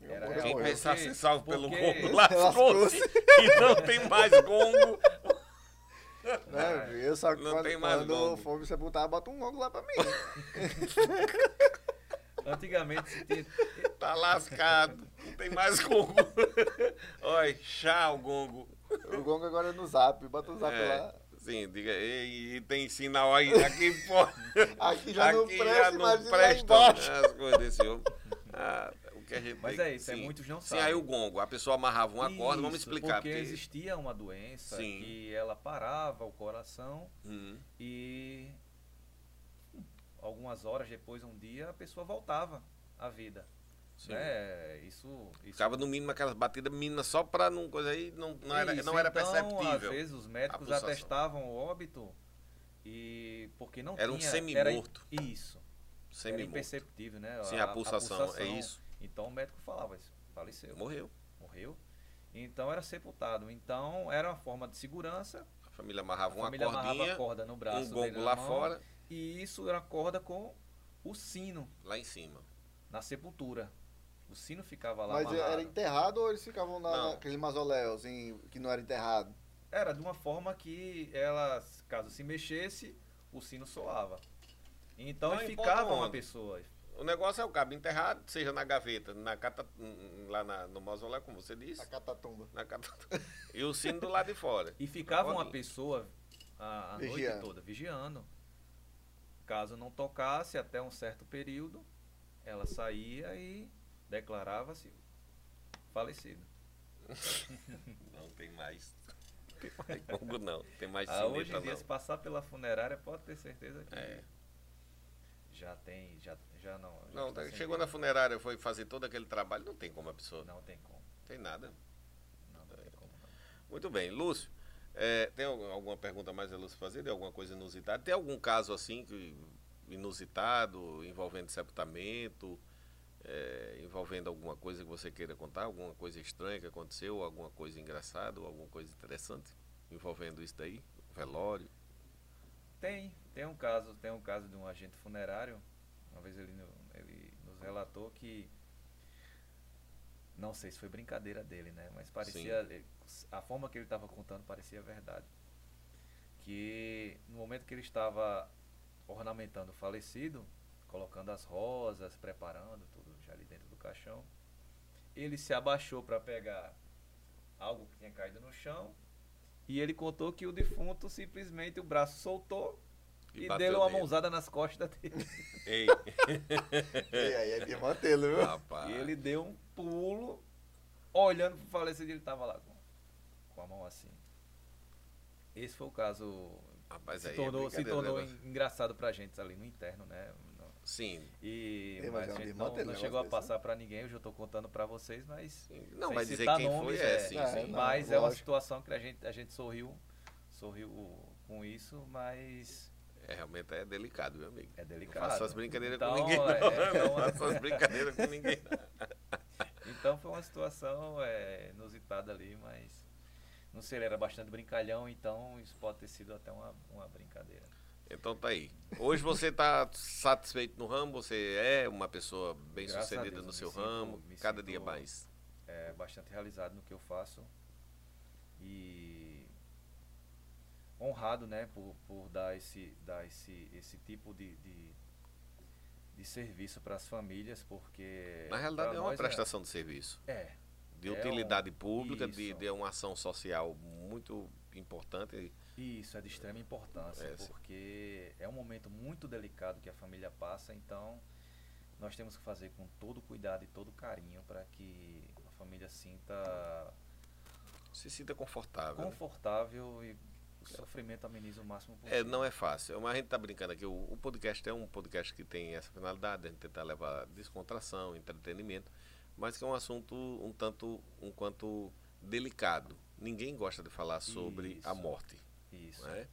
Speaker 1: Era
Speaker 3: Quem
Speaker 1: realmente-
Speaker 3: [laughs]
Speaker 2: pensasse em salvo pelo
Speaker 1: É, porque-
Speaker 2: gongo lascou-se
Speaker 3: assim,
Speaker 2: [laughs] e não tem mais gongo.
Speaker 1: Não,
Speaker 3: Né? Eu só
Speaker 2: não
Speaker 3: quando,
Speaker 2: tem mais
Speaker 3: quando
Speaker 2: longo.
Speaker 3: for me sepultar, bota um longo lá pra mim.
Speaker 1: Antigamente se tinha.
Speaker 2: Tá lascado. Não tem mais
Speaker 1: [laughs]
Speaker 2: gongo. Olha, chá o gongo.
Speaker 3: o gongo agora é no zap, bota o zap
Speaker 2: É,
Speaker 3: lá.
Speaker 2: Sim, diga. E, e tem sinal aí. Aqui pode.
Speaker 3: Aqui já não presta, imagina lá embaixo.
Speaker 2: né, As coisas desse
Speaker 3: [laughs]
Speaker 2: homem. Ah, o que a gente
Speaker 1: Mas
Speaker 2: tem-
Speaker 1: é isso, é muitos não
Speaker 2: Sim,
Speaker 1: sabem.
Speaker 2: aí o gongo. A pessoa amarrava uma corda, vamos
Speaker 1: Isso,
Speaker 2: explicar.
Speaker 1: Porque
Speaker 2: porque-
Speaker 1: existia uma doença
Speaker 2: Sim.
Speaker 1: que ela parava o coração
Speaker 2: Hum,
Speaker 1: e hum, algumas horas depois, um dia, a pessoa voltava à vida.
Speaker 2: sim.
Speaker 1: Né? Isso, isso
Speaker 2: Ficava no mínimo aquelas batidas mínimas só pra não coisa aí, não, não era,
Speaker 1: Isso,
Speaker 2: não era
Speaker 1: então, Às
Speaker 2: perceptível.
Speaker 1: vezes os médicos
Speaker 2: pulsação.
Speaker 1: atestavam o óbito e porque não
Speaker 2: Era um
Speaker 1: tinha,
Speaker 2: semi-morto.
Speaker 1: Era, isso.
Speaker 2: Sem
Speaker 1: era
Speaker 2: mimor.
Speaker 1: imperceptível, né?
Speaker 2: Sim, a pulsação, é isso.
Speaker 1: Então o médico falava, "Esse faleceu,
Speaker 2: Morreu.
Speaker 1: morreu. Então era sepultado. Então era uma forma de segurança.
Speaker 2: A família amarrava
Speaker 1: a
Speaker 2: uma
Speaker 1: família amarrava
Speaker 2: cordinha,
Speaker 1: a corda no braço,
Speaker 2: um
Speaker 1: dele
Speaker 2: gongo
Speaker 1: na
Speaker 2: lá
Speaker 1: mão,
Speaker 2: fora,
Speaker 1: E isso era a corda com o sino
Speaker 2: lá em cima.
Speaker 1: na sepultura. O sino ficava Tá lá
Speaker 3: Mas é,
Speaker 1: amarrado.
Speaker 3: era enterrado ou eles ficavam na,
Speaker 2: Não.
Speaker 3: naqueles mausoléus em- que não era enterrado?
Speaker 1: Era de uma forma que ela, caso se mexesse, o sino soava. Então
Speaker 2: Não
Speaker 1: ficava
Speaker 2: importa
Speaker 1: uma
Speaker 2: onde.
Speaker 1: pessoa.
Speaker 2: O negócio é o cabo enterrado, seja na gaveta, na cata, hum, lá na- no mausoléu, como você disse.
Speaker 3: A catatumba.
Speaker 2: Na cata, e o sino do [laughs] lado de fora.
Speaker 1: E ficava uma
Speaker 2: Olha.
Speaker 1: pessoa a, a noite
Speaker 3: Vigiando.
Speaker 1: toda, vigiando. Caso não tocasse até um certo período, ela saía e declarava-se falecido.
Speaker 2: Não tem mais. Tem gongo não, tem mais
Speaker 1: Ah, hoje
Speaker 2: sineta
Speaker 1: em dia, se
Speaker 2: não.
Speaker 1: passar pela funerária, pode ter certeza que
Speaker 2: É.
Speaker 1: já tem, já, já não. já
Speaker 2: Não, tá,
Speaker 1: está sem
Speaker 2: chegou na
Speaker 1: vida.
Speaker 2: funerária, foi fazer todo aquele trabalho, não tem como a pessoa, não
Speaker 1: Não tem como.
Speaker 2: tem nada.
Speaker 1: Não, não tem como. não.
Speaker 2: Muito bem, Lúcio. é, tem al- alguma pergunta mais a Lúcio fazer? De alguma coisa inusitada? Tem algum caso assim que inusitado, envolvendo sepultamento, é, envolvendo alguma coisa que você queira contar, alguma coisa estranha que aconteceu, alguma coisa engraçada, ou alguma coisa interessante envolvendo isso daí? Velório?
Speaker 1: Tem, tem um caso, tem um caso de um agente funerário. Uma vez ele, no- ele nos relatou que não sei se foi brincadeira dele, né? Mas parecia ele- a forma que ele estava contando parecia verdade. Que no momento que ele estava ornamentando o falecido, colocando as rosas, preparando tudo já ali dentro do caixão, ele se abaixou para pegar algo que tinha caído no chão e ele contou que o defunto simplesmente o braço soltou e,
Speaker 2: bateu
Speaker 1: deu uma
Speaker 2: nele.
Speaker 1: mãozada nas costas dele. [laughs]
Speaker 2: Ei,
Speaker 3: E aí é de mantê-lo, viu?
Speaker 2: rapaz.
Speaker 1: E ele deu um pulo, olhando pro falecido, ele tava lá com, com a mão assim. Esse foi o caso.
Speaker 2: Rapaz, aí
Speaker 1: se
Speaker 2: é
Speaker 1: tornou, se
Speaker 2: brincadeira,
Speaker 1: tornou
Speaker 2: né?
Speaker 1: en- engraçado pra gente ali no interno, né? Não-
Speaker 2: Sim.
Speaker 1: E,
Speaker 3: Ei, mas
Speaker 1: mas
Speaker 3: é
Speaker 1: a
Speaker 3: um
Speaker 1: gente
Speaker 3: desmantelão
Speaker 1: não, não chegou a
Speaker 3: às vezes, né?
Speaker 1: passar pra ninguém, hoje eu tô contando pra vocês, mas.
Speaker 2: sim. Não
Speaker 1: sem
Speaker 2: vai dizer
Speaker 1: citar
Speaker 2: quem
Speaker 1: nomes,
Speaker 2: foi, é, sim,
Speaker 3: É,
Speaker 2: sim.
Speaker 3: não,
Speaker 1: mas é uma
Speaker 3: lógico.
Speaker 1: situação que a gente, a gente sorriu, sorriu com isso, mas
Speaker 2: É, realmente é delicado, meu amigo.
Speaker 1: é
Speaker 2: Não
Speaker 1: delicado.
Speaker 2: faça as brincadeiras
Speaker 1: Então,
Speaker 2: com ninguém, não.
Speaker 1: é,
Speaker 2: [laughs] não
Speaker 1: então,
Speaker 2: faça as brincadeiras com ninguém.
Speaker 1: Então foi uma situação é, inusitada ali, mas não sei, ele era bastante brincalhão, então isso pode ter sido até uma, uma brincadeira.
Speaker 2: Então tá aí. Hoje você tá satisfeito no ramo, você é uma pessoa bem
Speaker 1: Graças a
Speaker 2: sucedida
Speaker 1: Deus, me
Speaker 2: no seu
Speaker 1: sinto-
Speaker 2: ramo,
Speaker 1: me
Speaker 2: cada
Speaker 1: sinto-
Speaker 2: dia mais.
Speaker 1: É bastante realizado no que eu faço e honrado, né, por, por dar esse, dar esse, esse tipo de, de, de serviço para as famílias, porque
Speaker 2: Na realidade
Speaker 1: pra
Speaker 2: é uma
Speaker 1: nós
Speaker 2: prestação de serviço,
Speaker 1: É,
Speaker 2: de
Speaker 1: É um-
Speaker 2: utilidade pública, de,
Speaker 1: Isso.
Speaker 2: de uma ação social muito importante.
Speaker 1: Isso é de extrema importância,
Speaker 2: É, sim.
Speaker 1: porque é um momento muito delicado que a família passa, então nós temos que fazer com todo cuidado e todo carinho para que a família sinta
Speaker 2: Se sinta confortável. né?
Speaker 1: confortável e o sofrimento amenize o máximo possível.
Speaker 2: É, não é fácil. Mas a gente está brincando aqui. O, o podcast é um podcast que tem essa finalidade, a gente tentar levar descontração, entretenimento, mas que é um assunto um tanto, um quanto delicado. Ninguém gosta de falar sobre a
Speaker 1: Isso.
Speaker 2: morte.
Speaker 1: Isso.
Speaker 2: né?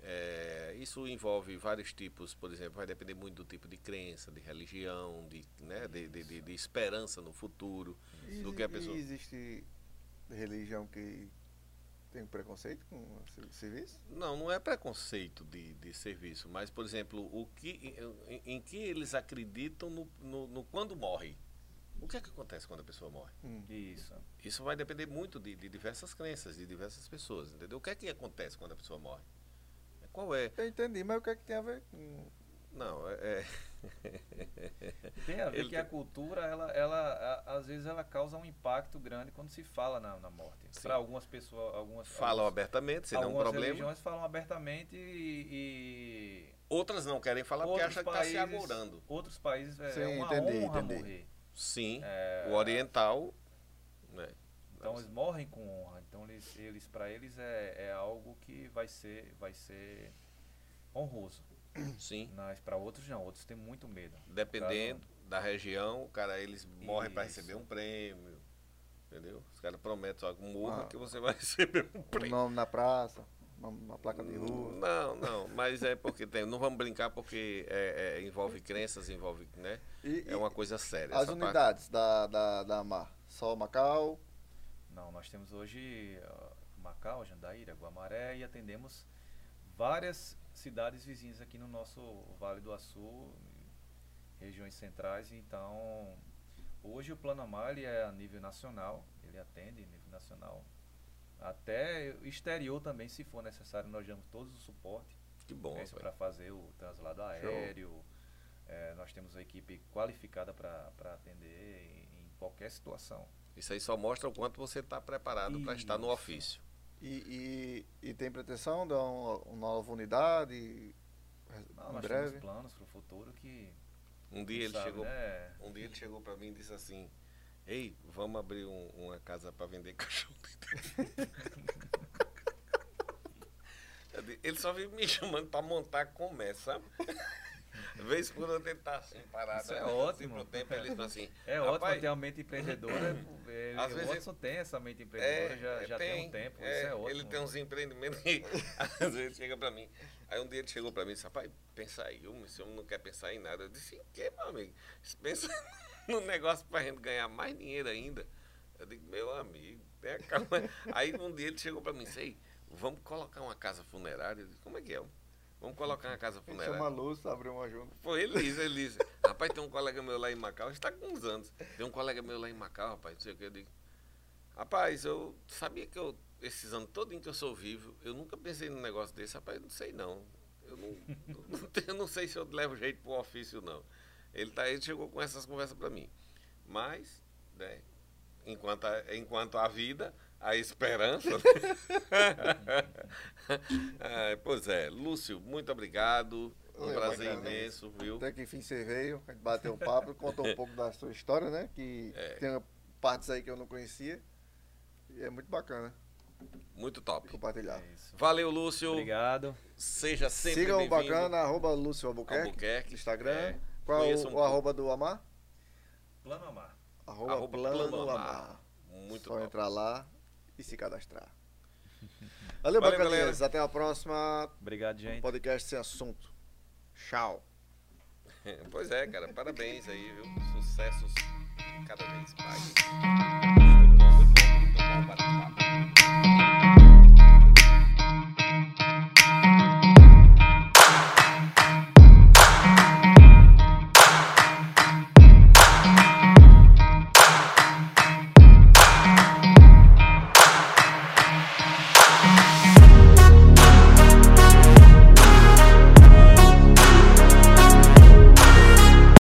Speaker 2: É, isso envolve vários tipos, por exemplo, vai depender muito do tipo de crença, de religião, de, né, de, de- de- de esperança no futuro. Do que é, a
Speaker 3: E-
Speaker 2: pessoa-
Speaker 3: E existe religião que tem preconceito com o ser- serviço?
Speaker 2: Não, não é preconceito de, de serviço, mas, por exemplo, o que, em, em que eles acreditam no, no- no quando morre. O que é que acontece quando a pessoa morre?
Speaker 3: Hum.
Speaker 1: Isso.
Speaker 2: [laughs] Isso vai depender muito de, de diversas crenças, de diversas pessoas, entendeu? O que é que acontece quando a pessoa morre? Qual é?
Speaker 3: Eu entendi, mas o que é que tem a ver com.
Speaker 2: Não, é.
Speaker 1: Tem a ver
Speaker 2: Ele
Speaker 1: que
Speaker 2: tem-
Speaker 1: a cultura, ela, ela, a- às vezes, ela causa um impacto grande quando se fala na, na morte.
Speaker 2: Sim.
Speaker 1: Para algumas pessoas, algumas
Speaker 2: Falam
Speaker 1: algumas,
Speaker 2: abertamente, se não é um
Speaker 1: algumas
Speaker 2: problema.
Speaker 1: religiões falam abertamente e, e
Speaker 2: Outras não querem falar porque
Speaker 1: outros
Speaker 2: acham que tá está
Speaker 1: países,
Speaker 2: se agorando.
Speaker 1: outros países é
Speaker 3: Sim,
Speaker 1: uma
Speaker 3: entendi,
Speaker 1: honra
Speaker 3: entendi.
Speaker 1: morrer.
Speaker 2: Sim,
Speaker 1: É,
Speaker 2: o oriental. Né?
Speaker 1: Então eles morrem com honra. Então eles, eles para eles é, é algo que vai ser, vai ser honroso.
Speaker 2: Sim,
Speaker 1: Mas para outros não, outros têm muito medo.
Speaker 3: Tá
Speaker 2: dependendo da região, o cara eles morrem para
Speaker 1: Isso.
Speaker 2: receber um prêmio. Entendeu? Os caras prometem, só morra
Speaker 3: Ah.
Speaker 2: que você vai [laughs] receber um
Speaker 3: O
Speaker 2: prêmio.
Speaker 3: nome na praça, uma, uma placa de rua.
Speaker 2: Não, não, mas é porque tem. Não vamos brincar porque é, é, envolve crenças, envolve, né?
Speaker 3: E,
Speaker 2: É uma coisa séria.
Speaker 3: as
Speaker 2: essa parte.
Speaker 3: unidades da, da, da Mar. Só Macau.
Speaker 1: Não, nós temos hoje ah, Macau, Jandaíra, Guamaré e atendemos várias cidades vizinhas aqui no nosso Vale do Açu, regiões centrais. Então, hoje o Plano Amar ele é a nível nacional, ele atende a nível nacional. Até exterior também, se for necessário, nós damos todos o suporte.
Speaker 2: Que bom,
Speaker 3: É
Speaker 1: Isso
Speaker 2: velho.
Speaker 1: para fazer o translado aéreo. É, nós temos a equipe qualificada para atender em, em qualquer situação.
Speaker 2: Isso aí só mostra o quanto você está preparado para estar no
Speaker 1: Isso.
Speaker 2: ofício.
Speaker 3: E, e, e tem pretensão de uma, uma nova unidade
Speaker 1: Não,
Speaker 3: em
Speaker 1: nós
Speaker 3: breve?
Speaker 1: temos planos para o futuro que.
Speaker 2: Um
Speaker 1: quem
Speaker 2: dia ele
Speaker 1: sabe,
Speaker 2: chegou,
Speaker 1: né?
Speaker 2: um dia ele chegou para mim e disse assim: "Ei, vamos abrir um- uma casa para vender [laughs] cachorro". Eu di- Ele só vive me chamando para montar comércio, sabe? [laughs] Vez por outra ele tá assim, parado.
Speaker 1: Isso é
Speaker 2: Aí, assim,
Speaker 1: ótimo.
Speaker 2: Pro tempo, ele tá assim,
Speaker 1: É
Speaker 2: "Rapaz,
Speaker 1: ótimo ter uma mente
Speaker 2: [coughs]
Speaker 1: empreendedora. Ele,
Speaker 2: Às
Speaker 1: o
Speaker 2: vezes-
Speaker 1: Watson tem essa mente empreendedora, já,
Speaker 2: é,
Speaker 1: já tem, um tempo.
Speaker 2: é,
Speaker 1: isso é ótimo.
Speaker 2: Ele tem uns empreendimentos e [laughs] às vezes ele chega pra mim. Aí um dia ele chegou pra mim e disse, rapaz, pensa aí, o homem não quer pensar em nada. Eu disse, em que, meu amigo? Pensa [laughs] num negócio pra gente ganhar mais dinheiro ainda. Eu digo, meu amigo, tenha calma. [laughs] Aí um dia ele chegou pra mim e disse, "Ei, vamos colocar uma casa funerária? Eu disse, como é que é? homem? Vamos colocar uma casa
Speaker 3: Ele chama a
Speaker 2: funerária.
Speaker 3: luz, abriu é uma junta.
Speaker 2: Foi Elisa, Elisa. Rapaz, tem um colega meu lá em Macau, está com uns anos. Tem um colega meu lá em Macau, rapaz, não sei o que. Eu digo, rapaz, eu sabia que eu, esses anos todo em que eu sou vivo, eu nunca pensei num negócio desse. Rapaz, eu não sei não. Eu não, não [laughs] tenho- eu não sei se eu levo jeito pro ofício, não. Ele, tá, ele chegou com essas conversas para mim. Mas, né, enquanto, a, enquanto a vida, a esperança. né? [laughs] Ah, pois é, Lúcio, muito obrigado. Um
Speaker 3: Eu
Speaker 2: prazer
Speaker 3: agradeço.
Speaker 2: imenso, viu?
Speaker 3: Até que enfim você veio, a gente bateu um
Speaker 2: [laughs]
Speaker 3: papo, contou um pouco da sua história, né? Que
Speaker 2: É.
Speaker 3: tem partes aí que eu não conhecia. E é muito bacana
Speaker 2: Muito
Speaker 3: de
Speaker 2: top.
Speaker 3: compartilhar.
Speaker 1: É isso.
Speaker 2: Valeu, Lúcio.
Speaker 1: Obrigado.
Speaker 2: Seja sempre
Speaker 3: Siga o
Speaker 2: bem-vindo.
Speaker 3: bacana, arroba Lúcio Albuquerque,
Speaker 2: Albuquerque,
Speaker 3: Instagram.
Speaker 2: é.
Speaker 3: Qual é o,
Speaker 2: Conheça um
Speaker 3: o
Speaker 2: pouco.
Speaker 3: arroba do Amar?
Speaker 1: Plano Amar.
Speaker 3: Arroba,
Speaker 2: Arroba
Speaker 3: plano,
Speaker 2: Plano
Speaker 3: Amar.
Speaker 2: Amar. Muito
Speaker 3: Só
Speaker 2: top.
Speaker 3: entrar lá e se
Speaker 2: [laughs]
Speaker 3: cadastrar. Valeu,
Speaker 2: Valeu,
Speaker 3: bacaninhas. Até a próxima.
Speaker 1: Obrigado, gente.
Speaker 3: Podcast sem assunto. Tchau.
Speaker 2: Pois é, cara. Parabéns aí, viu?
Speaker 3: [laughs]
Speaker 2: Sucessos cada vez mais. Muito bom, muito bom, muito bom. bate-papo.